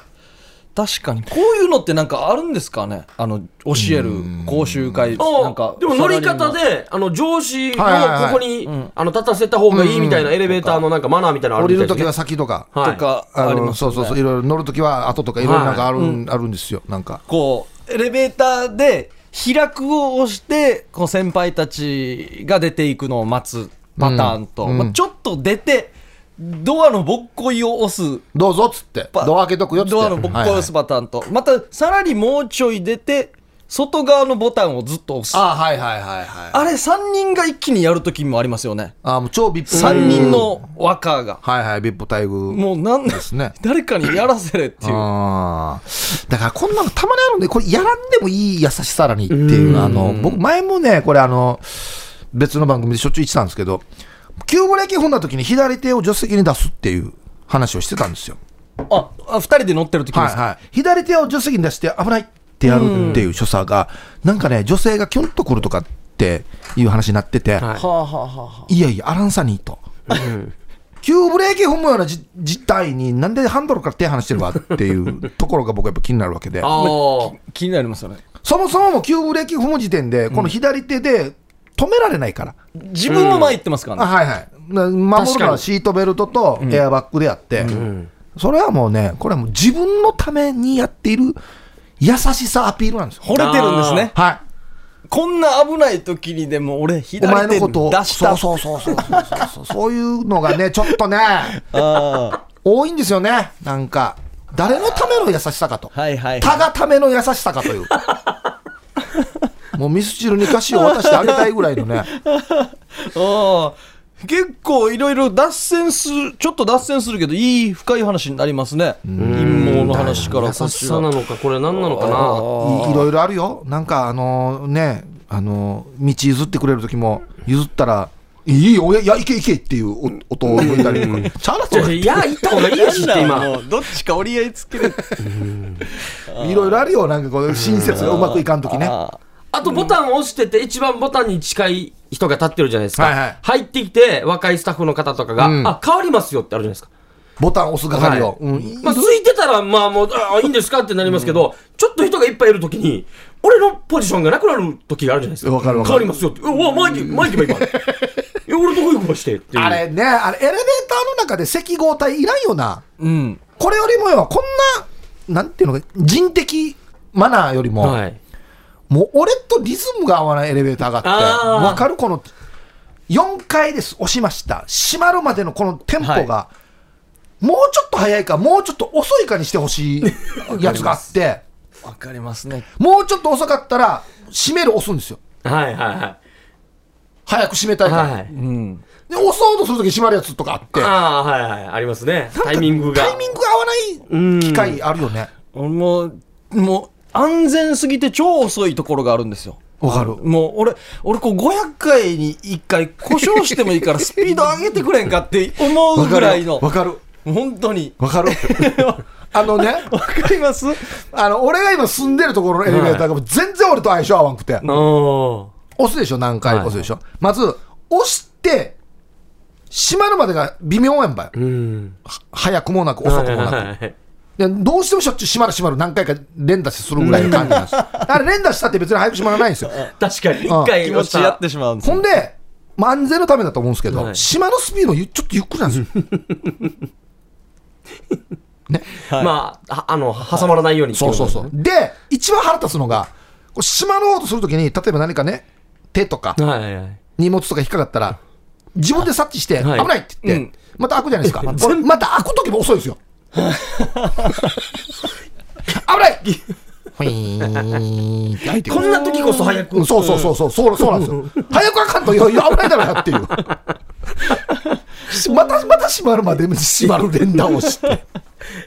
[SPEAKER 1] 確かにこういうのってなんかあるんですかねあの教える講習会
[SPEAKER 2] あ
[SPEAKER 1] なんか
[SPEAKER 2] でも乗り方
[SPEAKER 1] で
[SPEAKER 2] で、あの、上司をこ
[SPEAKER 3] はいはいはい
[SPEAKER 2] こに、あの、立たせた方がいいみたいなエレベーターのなんかマナーみたいなのあ
[SPEAKER 3] 降
[SPEAKER 2] る
[SPEAKER 3] り
[SPEAKER 2] みた
[SPEAKER 3] る
[SPEAKER 2] いで
[SPEAKER 3] と
[SPEAKER 2] すね
[SPEAKER 3] きは先とか、
[SPEAKER 2] はい
[SPEAKER 1] とか
[SPEAKER 3] あの
[SPEAKER 1] ありますよ
[SPEAKER 3] そう
[SPEAKER 1] ね
[SPEAKER 3] そうそういろいろ乗るときは後とかいろいろなんかある,、あるんですよなんか
[SPEAKER 1] こうエレベーターで開くを押してこう先輩たちが出ていくのを待つパターンと、
[SPEAKER 3] うん
[SPEAKER 1] まあ、ちょっと出てドアのぼっこいを押す
[SPEAKER 3] どうぞっつって
[SPEAKER 1] パ
[SPEAKER 3] ドア開けとくよっつって
[SPEAKER 1] ドアのぼっこいを押すパターンと、またさらにもうちょい出て外側のボタンをずっと押すあ
[SPEAKER 3] はいはい、あはいはいはいは
[SPEAKER 1] れ
[SPEAKER 3] い
[SPEAKER 1] 3人が一気にやるときもありますよね
[SPEAKER 3] あもう超ビップ
[SPEAKER 1] 3人の若が、
[SPEAKER 3] はいはいビップ待遇
[SPEAKER 1] もうなんで
[SPEAKER 3] ですね
[SPEAKER 1] 誰かにやらせれっていう
[SPEAKER 3] あーだからこんなのたまにあるんで、これやらんでもいい優しさらにっていう、あの、僕前もね、これあの、別の番組でしょっちゅう言ってたんですけど、急ブレーキ踏んだ時に左手を助手席に出すっていう話をしてたんですよ。
[SPEAKER 1] ああ2人で乗ってるとき
[SPEAKER 3] は
[SPEAKER 1] で
[SPEAKER 3] い
[SPEAKER 1] すか、
[SPEAKER 3] はい。左手を助手席に出して危ないってやるっていう所作が、なんかね、女性がキュンとくるとかっていう話になってて、
[SPEAKER 2] はい
[SPEAKER 1] はあはあはあはい
[SPEAKER 3] やいや、アランサニーと。急ブレーキ踏むようなじ事態に、なんでハンドルから手離してるわっていうところが僕はやっぱ気になるわけで、
[SPEAKER 2] あー
[SPEAKER 1] あ気になりますよね
[SPEAKER 3] そもそももう急ブレーキ踏む時点で、この左手で止められないから、
[SPEAKER 1] 自分も前行ってますからね、
[SPEAKER 3] あはいはい、な守
[SPEAKER 2] 確か
[SPEAKER 3] るの
[SPEAKER 2] に
[SPEAKER 3] はシートベルトとエアバッグであって、それはもうね、これはもう自分のためにやっている優しさアピールなんですよ。
[SPEAKER 1] 惚れてるんですね。
[SPEAKER 3] はい
[SPEAKER 1] こんな危ない時にでも俺
[SPEAKER 3] お前
[SPEAKER 1] 左
[SPEAKER 3] の
[SPEAKER 1] 手出
[SPEAKER 3] ことを、
[SPEAKER 1] し
[SPEAKER 3] そ
[SPEAKER 1] た。
[SPEAKER 3] うそうそうそうそうそうそう、そういうのがね、ちょっとね、
[SPEAKER 1] あ
[SPEAKER 3] 多いんですよね、なんか、誰のための優しさかと、
[SPEAKER 1] ーはいはい、
[SPEAKER 3] 他
[SPEAKER 1] は
[SPEAKER 3] がための優しさかという、もうミスチルに歌詞を渡してあげたいぐらいの [laughs] ね、
[SPEAKER 1] い。あー結構いろいろ脱線する、ちょっと脱線するけど、いい深い話になりますね。陰謀の話からこ
[SPEAKER 2] 優
[SPEAKER 1] っ
[SPEAKER 2] し
[SPEAKER 1] ち
[SPEAKER 2] さな
[SPEAKER 1] は。
[SPEAKER 2] のか、これ何なのか
[SPEAKER 1] あ
[SPEAKER 2] な。
[SPEAKER 1] ー
[SPEAKER 3] いいろいろあるよ、なんかあのね、あの道譲ってくれる時も、譲ったら、いいよ、いや、行け行けっていうお音を吹いたりとか、チャラチャ
[SPEAKER 2] いや、行った方がいいよって
[SPEAKER 1] なんだ
[SPEAKER 2] 今。
[SPEAKER 1] もうどっちか折り合いつける。
[SPEAKER 3] ラいろいろあるよ、なんかこう、親切がうまくいかん時ね。
[SPEAKER 1] あ
[SPEAKER 2] あとボタンを押してて、一番ボタンに近い人が立ってるじゃないですか。
[SPEAKER 3] はいはい
[SPEAKER 2] 入ってきて、若いスタッフの方とかが、
[SPEAKER 3] うん
[SPEAKER 2] あ、変わりますよってあるじゃないですか。
[SPEAKER 3] ボタン押す係を。うんい
[SPEAKER 2] まあ、ついてたら、まあもう、あいいんですかってなりますけど、ちょっと人がいっぱいいるときに、俺のポジションがなくなるときがあるじゃないですか。
[SPEAKER 3] わかるわか
[SPEAKER 2] 変わ
[SPEAKER 3] る
[SPEAKER 2] りますよって。うわ、前行け、前行けばいいから。いや、俺どこ行くばしてっていう。
[SPEAKER 3] あれね、あれ、エレベーターの中で赤合体いらんよな。
[SPEAKER 1] ーうん。
[SPEAKER 3] これよりもよ、こんな、なんていうのか、人的マナーよりも、
[SPEAKER 2] はい。
[SPEAKER 3] もう俺とリズムが合わないエレベーターがあ
[SPEAKER 2] あ
[SPEAKER 3] って、
[SPEAKER 2] ー
[SPEAKER 3] わかるこの、4階です、押しました。閉まるまでのこのテンポが、もうちょっと早いか、もうちょっと遅いかにしてほしいやつがあって、
[SPEAKER 1] わかりますね。
[SPEAKER 3] もうちょっと遅かったら、閉める押すんですよ。
[SPEAKER 2] はいはいは
[SPEAKER 3] 早く閉めたい
[SPEAKER 2] い。
[SPEAKER 3] から。
[SPEAKER 2] はい。
[SPEAKER 1] うん。
[SPEAKER 3] で、押そうとするとき閉まるやつとかあって、
[SPEAKER 2] ああ、はいはい。ありますね。タイミングが。
[SPEAKER 3] タイミングが合わない機会あるよね。
[SPEAKER 1] 俺も、もう安全すぎて超遅いところがあるんですよ。
[SPEAKER 3] わかる。
[SPEAKER 1] もう俺、俺こう500回に1回故障してもいいからスピード上げてくれんかって思うぐらいの、
[SPEAKER 3] わかる。
[SPEAKER 1] 本当に。
[SPEAKER 3] わかる。 [laughs]
[SPEAKER 2] [laughs]
[SPEAKER 3] あのね、
[SPEAKER 1] わかります
[SPEAKER 3] あの、俺が今住んでるところのエレベーターがもう全然俺と相性合わんくて、
[SPEAKER 2] あ
[SPEAKER 3] 押すでしょ、何回
[SPEAKER 2] はい
[SPEAKER 3] 押すでしょ。まず、押して、閉まるまでが微妙やんばよ
[SPEAKER 2] あ。。うん。
[SPEAKER 3] 早くもなく、遅
[SPEAKER 2] はい
[SPEAKER 3] く
[SPEAKER 2] はい
[SPEAKER 3] も
[SPEAKER 2] は
[SPEAKER 3] なく。
[SPEAKER 2] い。
[SPEAKER 3] でどうしてもしょっちゅう閉まる閉まる何回か連打しするぐらいの感じなん
[SPEAKER 2] [laughs]
[SPEAKER 3] です。あれ連打したって別に早く閉まらないんですよ。
[SPEAKER 2] 確かに。
[SPEAKER 3] ああ
[SPEAKER 2] 一回
[SPEAKER 1] 気持ちやってしまうんです
[SPEAKER 3] ほ
[SPEAKER 1] よ
[SPEAKER 3] んで、まあ、安全のためだと思うんですけど、
[SPEAKER 2] はい
[SPEAKER 3] 島のスピードゆちょっとゆっくりなんですよ。
[SPEAKER 2] [laughs]
[SPEAKER 1] はい
[SPEAKER 2] まあ、はあの、挟まらないようにってい
[SPEAKER 3] そう
[SPEAKER 2] こと
[SPEAKER 3] そう
[SPEAKER 2] です
[SPEAKER 3] そ
[SPEAKER 2] ね
[SPEAKER 3] う。。で、一番腹立つのが、こう島のうとするときに、例えば何かね、手とか
[SPEAKER 2] はいはいはい。
[SPEAKER 3] 荷物とか引っかかったら、自分で察知して、危
[SPEAKER 2] はい
[SPEAKER 3] ないって言っ
[SPEAKER 1] う
[SPEAKER 3] て、
[SPEAKER 1] ん
[SPEAKER 3] また開くじゃないですか。これまた開くときも遅いですよ。危ないふいーんって開いてく
[SPEAKER 2] こ
[SPEAKER 3] る
[SPEAKER 2] んな時こそ早く。
[SPEAKER 3] うんそうそうそうそう、そうそうなんですよ。早く開かんといやいや危ないだろうなっていう。また、また閉まるまで閉まる連打をして。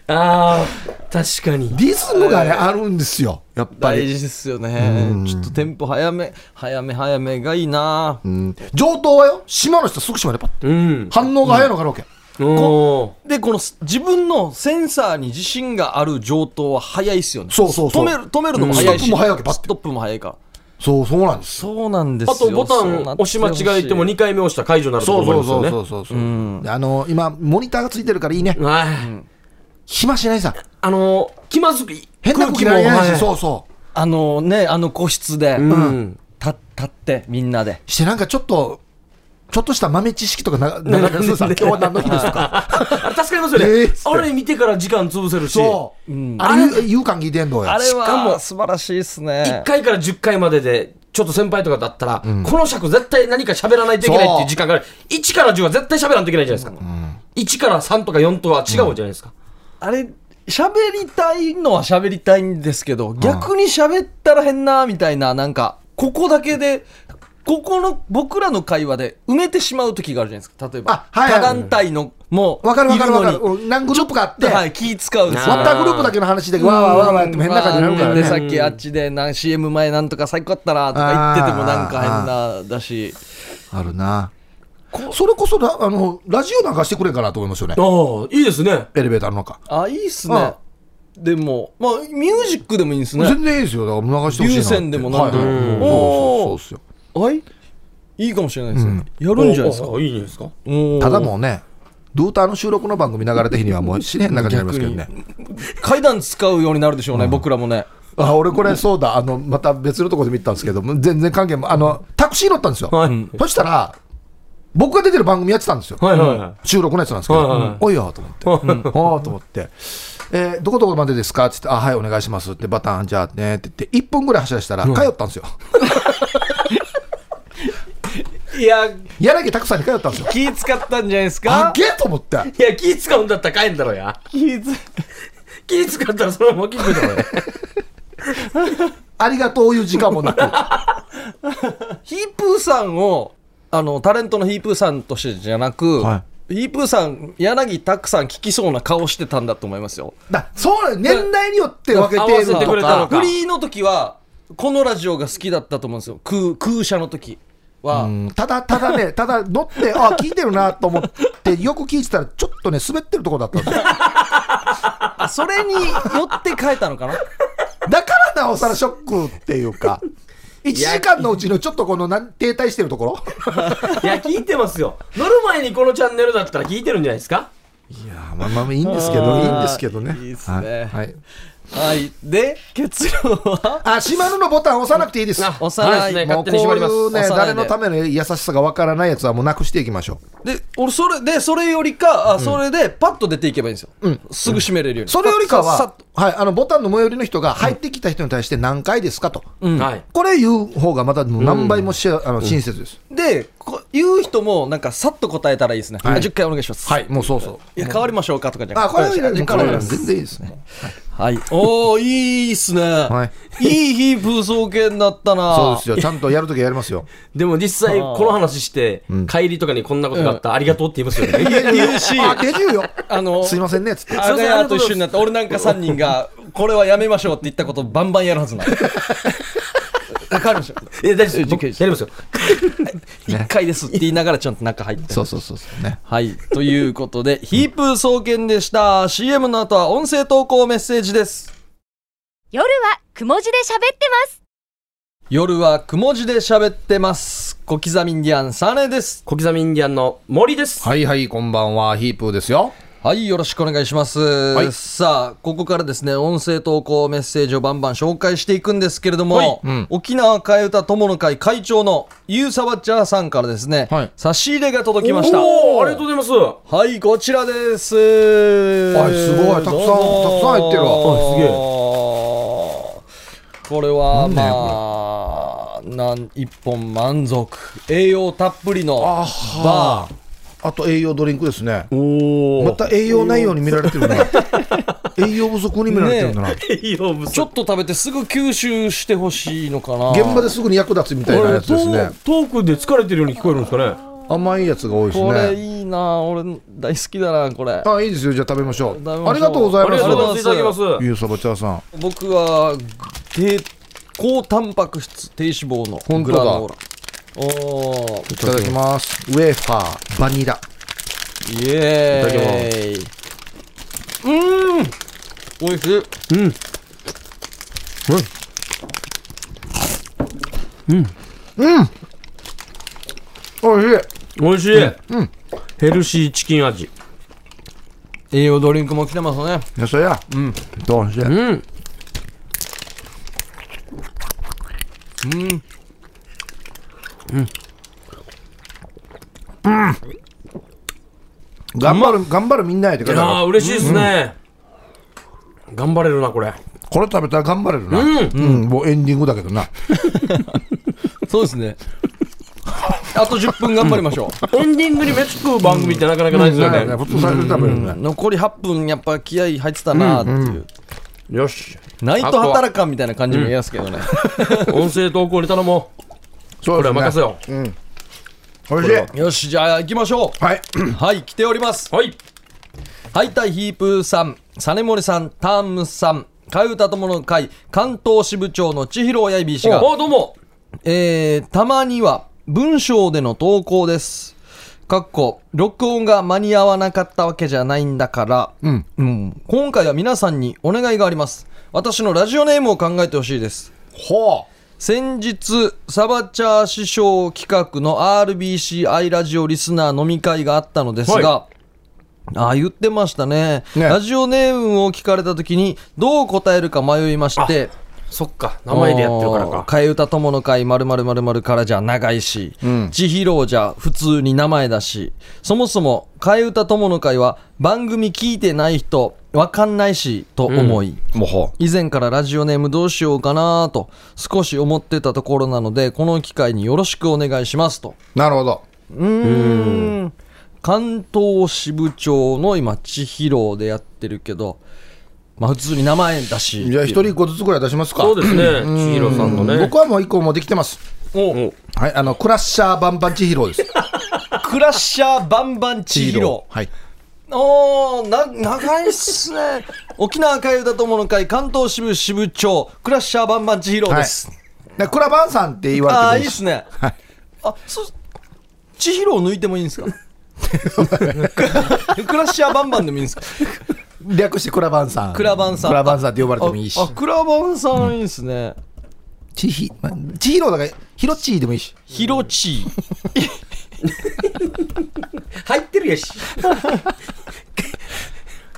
[SPEAKER 2] あー、確かに。
[SPEAKER 3] リズムがね、あるんですよ。やっぱ
[SPEAKER 1] 大
[SPEAKER 3] り。
[SPEAKER 1] 事ですよね。ちょっとテンポ早め、早め早めがいいな
[SPEAKER 3] うん上等はよ、島の人すぐ閉まれば
[SPEAKER 2] うん。
[SPEAKER 3] 反応が早いのかロケ。
[SPEAKER 2] おー
[SPEAKER 1] で、このす自分のセンサーに自信がある上等は早いっすよね。
[SPEAKER 3] そうそうそう
[SPEAKER 1] 止める、止めるのも早いし。
[SPEAKER 3] ストップも早いわけパッて
[SPEAKER 1] ストップも早いから。
[SPEAKER 3] そう、そうなんです。
[SPEAKER 1] そうなんです
[SPEAKER 2] あ
[SPEAKER 1] よ。
[SPEAKER 2] とボタ
[SPEAKER 1] そう
[SPEAKER 2] ン
[SPEAKER 1] なって
[SPEAKER 2] 押し間違えても
[SPEAKER 1] ほしい
[SPEAKER 2] 2回目押したら解除になると
[SPEAKER 3] そ
[SPEAKER 2] 思
[SPEAKER 3] う
[SPEAKER 2] い
[SPEAKER 3] そ
[SPEAKER 2] ま
[SPEAKER 3] う
[SPEAKER 2] すよ
[SPEAKER 3] そう
[SPEAKER 2] ね。
[SPEAKER 3] そうそうそう。あの、今、モニターがついてるからいいね。
[SPEAKER 2] はい。
[SPEAKER 3] 暇しないさ。
[SPEAKER 2] あのー、気まずく、
[SPEAKER 3] 変
[SPEAKER 2] 空
[SPEAKER 3] な空
[SPEAKER 2] 気
[SPEAKER 3] 気
[SPEAKER 2] も
[SPEAKER 3] もない
[SPEAKER 2] は
[SPEAKER 3] し、
[SPEAKER 2] い
[SPEAKER 3] そうそう。
[SPEAKER 1] あのね、あの個室で、
[SPEAKER 2] うん。
[SPEAKER 1] た立って、みんなで。
[SPEAKER 3] してなんかちょっと、ちょっとした豆知識とかな流れてさ、今日は何の日ですか。
[SPEAKER 2] あ助かりますよね
[SPEAKER 3] えーっつっ。て
[SPEAKER 2] あれ見てから時間潰せるし。
[SPEAKER 3] そう。あれ、言う感聞いてんのよ
[SPEAKER 1] あ。れ
[SPEAKER 2] しか
[SPEAKER 1] は
[SPEAKER 2] も
[SPEAKER 1] 素晴らしいです
[SPEAKER 2] 1
[SPEAKER 1] ね。
[SPEAKER 2] 回から10回までで、ちょっと先輩とかだったら、この尺絶対何か喋らないといけないっていう時間がある。1から10は絶対喋らないといけないじゃないですか。1から3とか4とは違うじゃないですか。
[SPEAKER 1] あれ、喋りたいのは喋りたいんですけど、逆に喋ったら変な、みたいな、なんか、ここだけで、ここの僕らの会話で埋めてしまう時があるじゃないですか。例えば、
[SPEAKER 3] あはい
[SPEAKER 1] 他団体のもう、
[SPEAKER 3] わかるわかるわか
[SPEAKER 1] い
[SPEAKER 3] る。
[SPEAKER 1] のに
[SPEAKER 3] うん何グループかあって、
[SPEAKER 1] はい、気使うんですよ
[SPEAKER 3] ワッターグループだけの話で、わーわーわーわーやっても変な感じになるから
[SPEAKER 1] まあ
[SPEAKER 3] ね。
[SPEAKER 1] でさっきあっちでなん CM 前なんとか最高だったらとか言っててもなんか変なだし
[SPEAKER 3] あるな。こそれこそラ、あの、ラジオなんかしてくれんかなと思いますよね。
[SPEAKER 2] ああ、いいですね。
[SPEAKER 3] エレベーターの中。
[SPEAKER 1] あいいっすね
[SPEAKER 3] あ
[SPEAKER 1] でもまあミュージックでもいいんですね
[SPEAKER 3] 全然いいですよ。だから流してほしいなって。
[SPEAKER 1] 有線でもなんでも
[SPEAKER 3] は
[SPEAKER 1] う
[SPEAKER 3] いはい
[SPEAKER 1] ん
[SPEAKER 3] そうそうそうですよ。
[SPEAKER 1] はいいいかもしれないですねやるんじゃないですか
[SPEAKER 2] おおいいんじゃないですか。
[SPEAKER 1] おー
[SPEAKER 3] ただもうね、ルーターの収録の番組流れた日にはもう知れへん中になりますけどね。
[SPEAKER 1] 階段使うようになるでしょうね僕らもね
[SPEAKER 3] あ俺これそうだあのまた別のところで見てたんですけどもう全然関係もあのタクシー乗ったんですよ、
[SPEAKER 2] はい。
[SPEAKER 3] そしたら僕が出てる番組やってたんですよ、
[SPEAKER 2] はいはいはい。
[SPEAKER 3] 収録のやつなんですけど、
[SPEAKER 2] はいはいはい
[SPEAKER 3] おいよと思って、おーと思って、えーどこどこまでですかって言って、あ、はい、お願いしますって、バターン、じゃあねって言って、1分ぐらい走らせたら、通ったんですよ。
[SPEAKER 1] いや
[SPEAKER 3] 柳拓さんに通ったんですよ。
[SPEAKER 1] 気使ったんじゃないですか
[SPEAKER 3] あげーと思って、
[SPEAKER 2] [laughs] いや、気使うんだったら帰んだろうや。
[SPEAKER 1] 気使
[SPEAKER 2] 気使ったらそのまま聞くだろうや。
[SPEAKER 3] ありがとういう時間もな [laughs] く、
[SPEAKER 1] ヒープーさんをあのタレントのヒープーさんとしてじゃなく、
[SPEAKER 3] は
[SPEAKER 1] ヒープーさん柳拓さん聞きそうな顔してたんだと思いますよ
[SPEAKER 3] だそう年代によって分けてる
[SPEAKER 2] 合わせて
[SPEAKER 3] と
[SPEAKER 2] くれたの
[SPEAKER 3] か
[SPEAKER 2] か、
[SPEAKER 1] フリーの時はこのラジオが好きだったと思うんですよ空空車の時は、
[SPEAKER 3] うんただただね、ただ乗って、あ聞いてるなと思って、よく聞いてたら、ちょっとね、滑ってるとこだったんですよ。
[SPEAKER 1] あそれによって変えたのかな
[SPEAKER 3] だからなおさらショックっていうか、1時間のうちのちょっとこのなん停滞してるところ、
[SPEAKER 2] いや、聞いてますよ。乗る前にこのチャンネルだったら聞いてるんじゃないですか
[SPEAKER 3] いやーまあまあまあいいんですけ
[SPEAKER 1] あ
[SPEAKER 3] ど、
[SPEAKER 1] ー
[SPEAKER 3] いいんですけどね。
[SPEAKER 1] いいっすね
[SPEAKER 3] はいはい
[SPEAKER 1] はいで結論は
[SPEAKER 3] あ、閉まるのボタン押さなくていいです。
[SPEAKER 2] あ
[SPEAKER 1] 押さない
[SPEAKER 2] そうですね
[SPEAKER 3] も
[SPEAKER 2] 勝
[SPEAKER 3] うこ
[SPEAKER 2] 手
[SPEAKER 3] う
[SPEAKER 2] に閉ま
[SPEAKER 3] い
[SPEAKER 2] ります
[SPEAKER 3] うね、
[SPEAKER 1] 押さな
[SPEAKER 3] 誰
[SPEAKER 1] いで
[SPEAKER 3] のための優しさがわからないやつはもうなくしていきましょう。
[SPEAKER 1] で俺それでそれよりかあそれでパッと出ていけばいいんですよ、すぐ閉めれるように、
[SPEAKER 3] それよりか
[SPEAKER 1] さっ
[SPEAKER 3] は
[SPEAKER 1] と、
[SPEAKER 3] はい、あのボタンの最寄りの人が入ってきた人に対して何回ですかと。
[SPEAKER 2] はい。
[SPEAKER 3] これ言う方がまたもう何倍もしあの親切です。
[SPEAKER 1] でこ言う人もなんかさっと答えたらいいですね、
[SPEAKER 3] はい
[SPEAKER 1] あ10回お願いします、
[SPEAKER 3] はい、もうそうそう。
[SPEAKER 1] いや変わりましょうかとかじゃな
[SPEAKER 3] あ、
[SPEAKER 1] くて
[SPEAKER 3] これはいら
[SPEAKER 1] じゃ
[SPEAKER 3] もう
[SPEAKER 1] あ
[SPEAKER 3] これ
[SPEAKER 1] 変わ
[SPEAKER 3] は
[SPEAKER 1] りま
[SPEAKER 3] 全然いいですね。
[SPEAKER 1] はい、おおいいっすね、、
[SPEAKER 3] はい
[SPEAKER 1] いヒープー総研だったな
[SPEAKER 3] そうですよ。ちゃんとやるときはやりますよ。
[SPEAKER 2] でも実際、
[SPEAKER 1] あー
[SPEAKER 2] この話して、帰りとかにこんなことがあった、ありがとうって言いますよね。
[SPEAKER 1] 言うし
[SPEAKER 3] あ、手順 [laughs] よ。
[SPEAKER 1] あの
[SPEAKER 3] すいませんね、つって。
[SPEAKER 1] 阿賀屋と一緒になって俺なんか3人がこれはやめましょうって言ったことをバンバンやるは
[SPEAKER 3] [laughs]
[SPEAKER 1] ずなのわかりました
[SPEAKER 2] え、大丈夫です。僕
[SPEAKER 1] 受刑
[SPEAKER 2] や
[SPEAKER 1] 者
[SPEAKER 2] りますよ。
[SPEAKER 1] 1回ですって言いながらちゃんと中入って
[SPEAKER 3] そうそうそうそうね。
[SPEAKER 1] はいということでヒープー総研でした CM の後は音声投稿メッセージです
[SPEAKER 4] 夜はくも字で喋ってます。
[SPEAKER 1] 夜はくも字で喋ってます小刻みインディアンサネです
[SPEAKER 2] 小刻みインディアンの森です。
[SPEAKER 3] はいはい、こんばんは、ヒープーですよ。
[SPEAKER 1] はいよろしくお願いします、
[SPEAKER 3] い
[SPEAKER 1] さあここからですね音声投稿メッセージをバンバン紹介していくんですけれども、
[SPEAKER 3] うん
[SPEAKER 1] 沖縄替え歌友の会会長のゆうさばっちゃーさんからですね、
[SPEAKER 3] はい
[SPEAKER 1] 差し入れが届きました
[SPEAKER 2] おーありがとうございます。
[SPEAKER 1] はい、こちらです。は
[SPEAKER 3] はいすごいたくさんたくさん入ってるわ
[SPEAKER 2] はいすげえ
[SPEAKER 1] これは、まあ、なん、一本満足。栄養たっぷりの
[SPEAKER 3] あ
[SPEAKER 1] バ
[SPEAKER 3] は
[SPEAKER 1] ー。
[SPEAKER 3] あと栄養ドリンクですね。
[SPEAKER 2] [laughs] お
[SPEAKER 3] また栄養ないように見られてるな。 [laughs] 栄養不足に見られてるんだな。
[SPEAKER 2] いいよ、ぶ
[SPEAKER 1] ちょっと食べてすぐ吸収してほしいのかな。
[SPEAKER 3] 現場ですぐに役立つみたいなやつですね。
[SPEAKER 2] トークで疲れてるように聞こえるんですかね。
[SPEAKER 3] 甘いやつが多いです
[SPEAKER 1] これ
[SPEAKER 3] ね
[SPEAKER 1] いいな俺大好きだなこれ
[SPEAKER 3] あいいですよじゃあ食べましょ
[SPEAKER 1] 食べましょ
[SPEAKER 3] う
[SPEAKER 1] う
[SPEAKER 3] ありがとうござい
[SPEAKER 2] あり
[SPEAKER 3] ま
[SPEAKER 2] が
[SPEAKER 3] す
[SPEAKER 2] とうございます。いただきます。
[SPEAKER 3] ゆうそば茶さん
[SPEAKER 1] 僕は低高タンパク質低脂肪のグラノーラおー
[SPEAKER 3] いただきますウェーファーバニラ
[SPEAKER 1] イエーイうーんおいしい
[SPEAKER 2] うん。
[SPEAKER 3] おいしい
[SPEAKER 2] 美味しい、ヘルシーチキン味。
[SPEAKER 1] 栄養ドリンクも来てますね
[SPEAKER 3] いやそりゃうんどうし
[SPEAKER 2] う
[SPEAKER 3] て
[SPEAKER 2] ん。
[SPEAKER 3] 頑張る頑張るみんなやって
[SPEAKER 2] い
[SPEAKER 3] か
[SPEAKER 2] やー
[SPEAKER 3] ら
[SPEAKER 2] 嬉しいですね、頑張れるな、これ。
[SPEAKER 3] これ食べたら頑張れるな
[SPEAKER 2] うん
[SPEAKER 3] うんもうエンディングだけどな
[SPEAKER 1] そうですね [laughs] あと10分頑張りましょう、
[SPEAKER 2] エンディングに目つく番組ってなかなかないですよね。
[SPEAKER 3] ないよね普通最初に食べるよね
[SPEAKER 1] 残り8分やっぱ気合い入ってたなーっていう、
[SPEAKER 2] よし。
[SPEAKER 1] ナイト働かんみたいな感じも言えますけどね、
[SPEAKER 2] 音声投稿に頼もう。
[SPEAKER 3] そ
[SPEAKER 2] こ
[SPEAKER 3] う
[SPEAKER 2] れ
[SPEAKER 3] です
[SPEAKER 2] は
[SPEAKER 3] ね
[SPEAKER 2] 任せよう。
[SPEAKER 3] おいしい
[SPEAKER 2] こ
[SPEAKER 1] よしじゃあ行きましょ
[SPEAKER 3] はいう
[SPEAKER 1] はい来ております
[SPEAKER 2] はい。
[SPEAKER 1] ハイタイヒープーさん、サネモリさん、タームさん、替え歌友の会、関東支部長の千尋親指氏が、
[SPEAKER 2] あ、どうも。
[SPEAKER 1] えー、たまには文章での投稿です。かっこ、録音が間に合わなかったわけじゃないんだから、
[SPEAKER 3] うん
[SPEAKER 1] うん今回は皆さんにお願いがあります。私のラジオネームを考えてほしいです。
[SPEAKER 3] ほ
[SPEAKER 1] 先日サバチャー師匠企画の RBCI ラジオリスナー飲み会があったのですが、
[SPEAKER 2] は
[SPEAKER 1] ああ言ってましたね
[SPEAKER 3] ね
[SPEAKER 1] ラジオネームを聞かれた時にどう答えるか迷いまして
[SPEAKER 2] そっか、名前でやってるから
[SPEAKER 1] あの
[SPEAKER 2] か。
[SPEAKER 1] 替え歌友の会まるまるからじゃ長いし、千尋じゃ普通に名前だし、そもそも替え歌友の会は番組聞いてない人わかんないしと思い、
[SPEAKER 3] もうほ
[SPEAKER 1] 以前からラジオネームどうしようかなと少し思ってたところなのでこの機会によろしくお願いしますと
[SPEAKER 3] なるほど
[SPEAKER 1] うーん関東支部長の今千尋でやってるけどまあ普通に名前だし
[SPEAKER 3] じゃあ一人一個ずつぐらい出しますか
[SPEAKER 2] そうですね、千尋さんのね。
[SPEAKER 3] 僕はもう一個もうできてます
[SPEAKER 2] お
[SPEAKER 3] はいあのクラッシャーバンバン
[SPEAKER 1] [laughs]
[SPEAKER 3] 千尋です
[SPEAKER 1] クラッシャーバンバン千尋
[SPEAKER 3] はい
[SPEAKER 1] おーな長いっすね [laughs] 沖縄海歌友の会関東支部支部長クラッシャーバンバン千尋です、
[SPEAKER 3] でクラバンさんって言
[SPEAKER 1] あ
[SPEAKER 3] わ
[SPEAKER 1] あ
[SPEAKER 3] れ
[SPEAKER 1] い
[SPEAKER 3] て
[SPEAKER 1] い
[SPEAKER 3] も
[SPEAKER 1] っ
[SPEAKER 3] し
[SPEAKER 1] すね、
[SPEAKER 3] はい
[SPEAKER 1] あそ千尋を抜いてもいいんですか [laughs] クラッシャーバンバンでもいいんですか
[SPEAKER 3] 略してクラバンさん
[SPEAKER 1] クラバンさん
[SPEAKER 3] クラバンさんって呼ばれてもいいし
[SPEAKER 1] ああクラバンさんいいですね、
[SPEAKER 3] 千尋千尋だからヒロチーでもいいし
[SPEAKER 1] ヒロチ
[SPEAKER 2] 入ってるやし。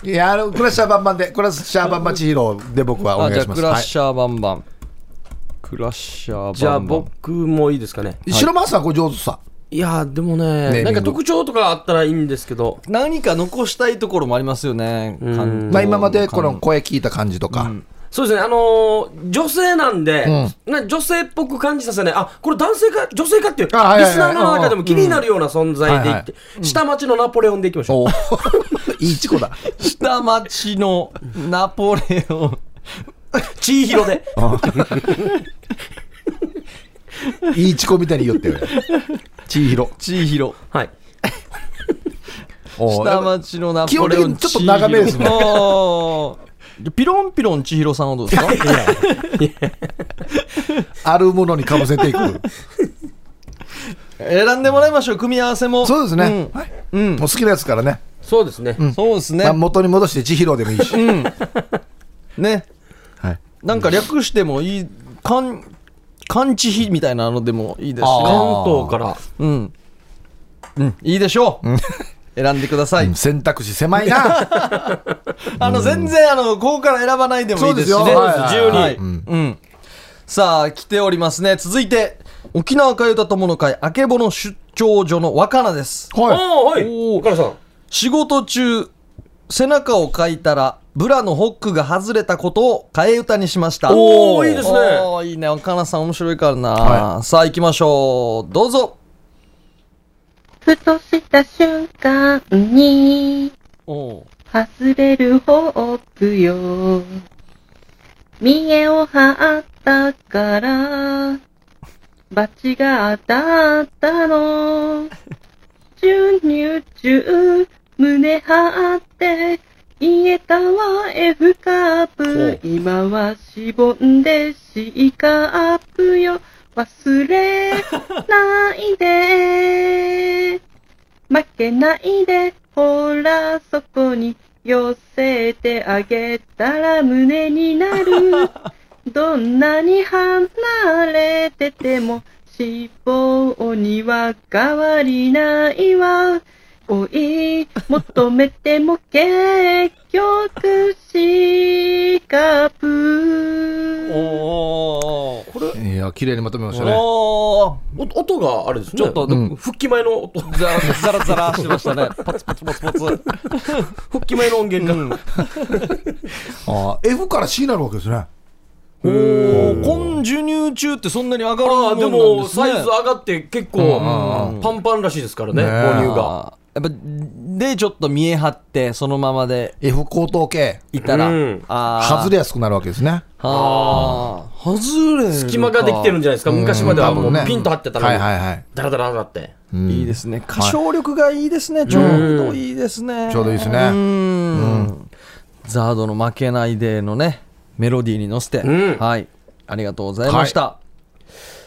[SPEAKER 3] いやあのクラッシャーバンバンでクラッシャーバンバン千尋で僕はお
[SPEAKER 1] あじ
[SPEAKER 3] 願い
[SPEAKER 1] ゃあ
[SPEAKER 3] します
[SPEAKER 1] クラッ
[SPEAKER 3] はい
[SPEAKER 1] シャーバンバン、クラッシャーバンバン
[SPEAKER 2] じゃあ僕もいいですかね。
[SPEAKER 3] 白マンさんこれ上手さ
[SPEAKER 2] いやー、でも
[SPEAKER 3] ネーミン
[SPEAKER 2] ね、
[SPEAKER 3] グ
[SPEAKER 2] なんか特徴とかあったらいいんですけど。
[SPEAKER 1] 何か残したいところもありますよね
[SPEAKER 2] ん
[SPEAKER 1] 関東
[SPEAKER 3] まあ今までこの声聞いた感じとか
[SPEAKER 2] そうですね、あのー女性なんで、な女性っぽく感じさせない、あこれ男性か、女性かっていう、リス
[SPEAKER 3] あはいはいはい
[SPEAKER 2] ナーの中でも気になるような存在でい
[SPEAKER 3] うんは
[SPEAKER 2] っ
[SPEAKER 3] い
[SPEAKER 2] て、下町のナポレオンでいきましょう。
[SPEAKER 3] おー [laughs] いいチコだ
[SPEAKER 1] 下町のナポレオン
[SPEAKER 2] 千尋で。
[SPEAKER 3] いいチコみたいに言って
[SPEAKER 1] [laughs]
[SPEAKER 3] る千尋
[SPEAKER 1] 千尋
[SPEAKER 2] はい。
[SPEAKER 3] おー
[SPEAKER 1] 下町のナポレオン
[SPEAKER 3] 基本的にちょっと長めですね
[SPEAKER 1] 千尋あ [laughs] ーピロンピロン千尋さんはどうですか
[SPEAKER 3] あるものにかぶ
[SPEAKER 1] [laughs]
[SPEAKER 3] せていく
[SPEAKER 1] 選んでもらいましょう組み合わせも
[SPEAKER 3] そうですね、
[SPEAKER 1] うん
[SPEAKER 3] はい
[SPEAKER 1] うん
[SPEAKER 3] もう好きなやつからね、
[SPEAKER 2] そうですね。
[SPEAKER 1] そうですね
[SPEAKER 3] まあ、元に戻して千尋でもいいし、
[SPEAKER 1] ね
[SPEAKER 3] はい、
[SPEAKER 1] なんか略してもいいかん完治費みたいなのでもいいです
[SPEAKER 3] あ
[SPEAKER 1] ね
[SPEAKER 2] 関東から。
[SPEAKER 1] うん、うん、いいでしょう、選んでください、
[SPEAKER 3] 選択肢狭いな
[SPEAKER 1] あの全然あのここから選ばないでもいいですしね
[SPEAKER 3] そうですよはい
[SPEAKER 2] 自由に
[SPEAKER 1] はいうんさあ来ておりますね続いて沖縄かゆた友の会あけぼの出張所の若菜です
[SPEAKER 2] あ
[SPEAKER 3] はい
[SPEAKER 2] あ、はい。
[SPEAKER 1] おー
[SPEAKER 2] 岡田さん。
[SPEAKER 1] 仕事中背中をかいたらブラのホックが外れたことを替え歌にしました
[SPEAKER 2] おーいいですね
[SPEAKER 1] おーいいね岡菜さん面白いからな、
[SPEAKER 3] は
[SPEAKER 1] さあ行きましょうどうぞ
[SPEAKER 5] ふとした瞬間に、
[SPEAKER 1] お
[SPEAKER 5] 外れるホープよ。見栄を張ったから、バチが当たったの。中入中、胸張って、言えたわ F カープ。今はしぼんで C カープよ。忘れないで。負けないで。ほら、そこに寄せてあげたら胸になる。どんなに離れてても脂肪には変わりないわ。追い求めても結局シカプ。
[SPEAKER 1] おー
[SPEAKER 3] いや、綺麗にまとめましたね。
[SPEAKER 1] おー
[SPEAKER 2] お音があれです
[SPEAKER 1] ち
[SPEAKER 2] ね。
[SPEAKER 1] ょっと
[SPEAKER 2] うん復帰前の音、
[SPEAKER 1] ザラザラザラしてましたね。 [laughs] パツパツパツパツ。
[SPEAKER 2] [laughs] 復帰前の音源が。
[SPEAKER 3] あー F から C になるわけですね。
[SPEAKER 1] おー、今授乳中ってそんなに上がる
[SPEAKER 2] ああ、で
[SPEAKER 1] もんなん
[SPEAKER 2] も、
[SPEAKER 1] ですね。
[SPEAKER 2] サイズ上がって結構、パンパンらしいですからね、
[SPEAKER 3] ねえ
[SPEAKER 2] 母乳が。
[SPEAKER 1] あーやっぱでちょっと見え張ってそのままで
[SPEAKER 3] F 高等系。
[SPEAKER 1] いたら、
[SPEAKER 2] うん
[SPEAKER 1] あー
[SPEAKER 3] 外れやすくなるわけですね。
[SPEAKER 1] あー外れ
[SPEAKER 2] 隙間ができてるんじゃないですか。昔まではも
[SPEAKER 3] 多分
[SPEAKER 2] う
[SPEAKER 3] ね
[SPEAKER 2] ピンと張ってたの
[SPEAKER 3] は
[SPEAKER 2] に
[SPEAKER 3] い、はいはい。
[SPEAKER 2] ダラダラ上がって。
[SPEAKER 3] うん
[SPEAKER 1] いいですね歌唱力がいいですね、ちょうどいいですね
[SPEAKER 3] ちょうどいいですね
[SPEAKER 1] うんザードの「負けないで」のねメロディーに乗せて、
[SPEAKER 2] ん
[SPEAKER 1] はいありがとうございました、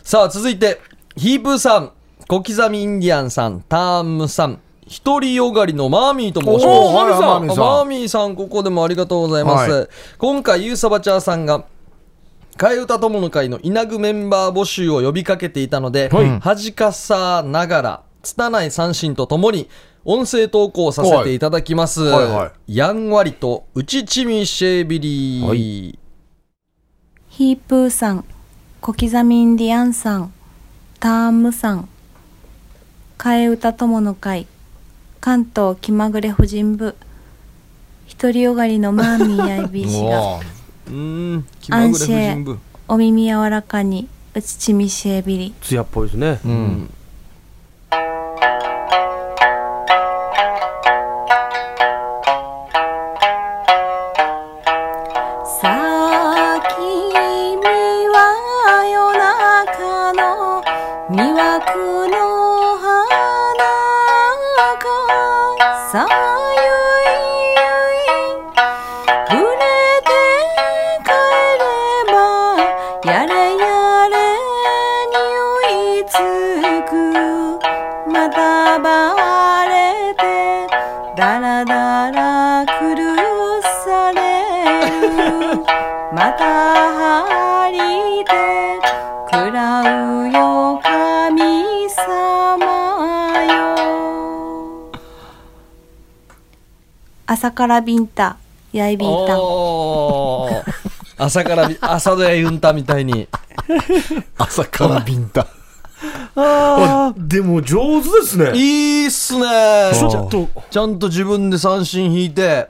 [SPEAKER 1] さあ続いてヒープーさん小刻みインディアンさんターンムさん独りよがりのマーミーと申します
[SPEAKER 3] おーはいマーミーさん
[SPEAKER 1] マーミーさんここでもありがとうございます、
[SPEAKER 3] は
[SPEAKER 1] 今回ユーサバチャーさんが替え歌友の会の稲具メンバー募集を呼びかけていたので、
[SPEAKER 2] はい
[SPEAKER 1] 恥かさながら、拙い三振とともに、音声投稿させていただきます。
[SPEAKER 3] はいはいは
[SPEAKER 1] やんわりと、うちちみシェービリー。
[SPEAKER 6] ヒープーさん、小刻みインディアンさん、ターンムさん、替え歌友の会、関東気まぐれ婦人部、独りよがりのマーミーやいび
[SPEAKER 3] [laughs]
[SPEAKER 6] いしが、
[SPEAKER 3] おー
[SPEAKER 1] うーん、気まぐれ
[SPEAKER 6] 安
[SPEAKER 1] 婦人
[SPEAKER 6] 心
[SPEAKER 1] 部。、
[SPEAKER 6] お耳柔らかに、うちちみしえびり。
[SPEAKER 2] 艶っぽいですね。
[SPEAKER 3] うん。
[SPEAKER 6] さあ、君は夜中の魅惑の花か。さあ、ゆいゆい、触れて帰れば、やれやれ匂いつく。またばれて、だらだら狂される。また張りで食らうよ神様よ朝からビンタやいびんたん
[SPEAKER 1] おー朝から [laughs] び、朝ドやユンタみたいに。
[SPEAKER 3] 朝からビンタ。
[SPEAKER 2] あでも上手ですね。
[SPEAKER 1] いいっすね
[SPEAKER 2] ちょっと、
[SPEAKER 1] ちゃんと自分で三振引いて、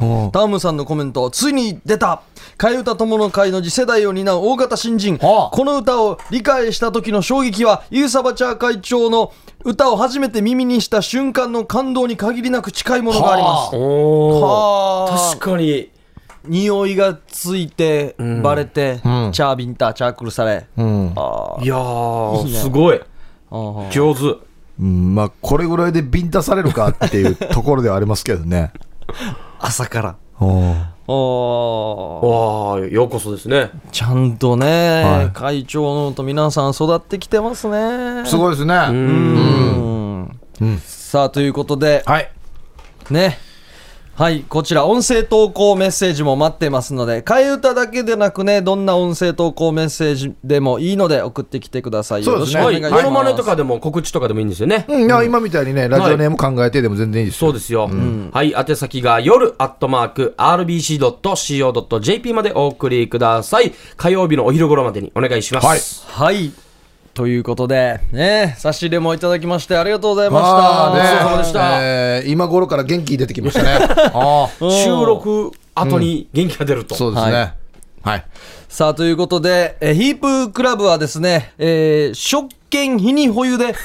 [SPEAKER 3] うん
[SPEAKER 1] タームさんのコメント、ついに出た替え歌友の会の次世代を担う大型新人、
[SPEAKER 3] はあ
[SPEAKER 1] この歌を理解した時の衝撃は、ユーサバチャー会長の歌を初めて耳にした瞬間の感動に限りなく近いものがあります。
[SPEAKER 2] お
[SPEAKER 1] はあ
[SPEAKER 2] ー確かに。
[SPEAKER 1] 匂いがついて、バレて、
[SPEAKER 3] うん
[SPEAKER 1] チャービンター、チャークルされ。
[SPEAKER 3] うん。
[SPEAKER 1] あ
[SPEAKER 2] いや
[SPEAKER 1] いいね
[SPEAKER 2] ー、すごい。
[SPEAKER 1] ー
[SPEAKER 2] 上手。
[SPEAKER 3] うんまあ、これぐらいでビンタされるかっていうところではありますけどね。
[SPEAKER 1] 朝から。
[SPEAKER 3] うん
[SPEAKER 1] おー
[SPEAKER 2] わあ、ようこそですね。
[SPEAKER 1] ちゃんとね、
[SPEAKER 3] はい
[SPEAKER 1] 会長のと皆さん育ってきてますね。
[SPEAKER 3] すごいですね。
[SPEAKER 1] うんさあということで、
[SPEAKER 3] はい。
[SPEAKER 1] ねはいこちら音声投稿メッセージも待ってますので替え歌だけでなくねどんな音声投稿メッセージでもいいので送ってきてください
[SPEAKER 3] そ
[SPEAKER 1] よ
[SPEAKER 3] う
[SPEAKER 1] ろ
[SPEAKER 3] で
[SPEAKER 1] し
[SPEAKER 3] す
[SPEAKER 1] く
[SPEAKER 3] ね
[SPEAKER 1] お
[SPEAKER 2] は
[SPEAKER 1] 願い
[SPEAKER 2] い。
[SPEAKER 1] します、
[SPEAKER 2] モノマネとかでも告知とかでもいいんですよね。
[SPEAKER 3] うん、いや今みたいにね、ラジオネーム考えてでも全然いいですよ。
[SPEAKER 2] そうですよ。はい。宛先が夜アットマーク RBC.CO.JP までお送りください。火曜日のお昼頃までにお願いします。
[SPEAKER 3] はい
[SPEAKER 1] はいということでね差し入れもいただきましてありがとうございました
[SPEAKER 3] ああね
[SPEAKER 2] お疲れ様でした
[SPEAKER 3] えー今頃から元気出てきましたね。ああ、
[SPEAKER 2] 収録後に元気が出ると。
[SPEAKER 3] そうですね。はい。
[SPEAKER 1] さあ、ということで、えーヒープークラブはですね、えー、食券日に保有
[SPEAKER 2] [laughs]
[SPEAKER 1] で、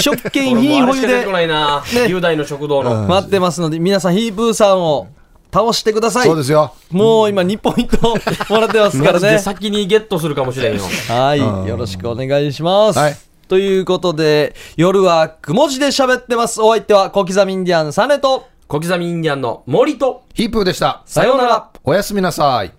[SPEAKER 1] 食券日に
[SPEAKER 2] も
[SPEAKER 1] 保
[SPEAKER 2] うあれし
[SPEAKER 1] 有
[SPEAKER 2] か出
[SPEAKER 1] で
[SPEAKER 2] てこないな。雄大の食堂の。
[SPEAKER 1] 待ってますので、皆さんヒープーさんを倒してください。
[SPEAKER 3] そうですよ。
[SPEAKER 1] もう今2ポイントもらってますから
[SPEAKER 2] マジで
[SPEAKER 1] ね。
[SPEAKER 2] 先にゲットするかもしれんよ。
[SPEAKER 1] はい、よろしくお願いします。
[SPEAKER 3] はい
[SPEAKER 1] ということで、夜はくも字で喋ってます。お相手は小刻みインディアンサネと、
[SPEAKER 2] 小刻みインディアンの森と
[SPEAKER 3] ヒープーでした。
[SPEAKER 1] さようなら。
[SPEAKER 3] おやすみなさい。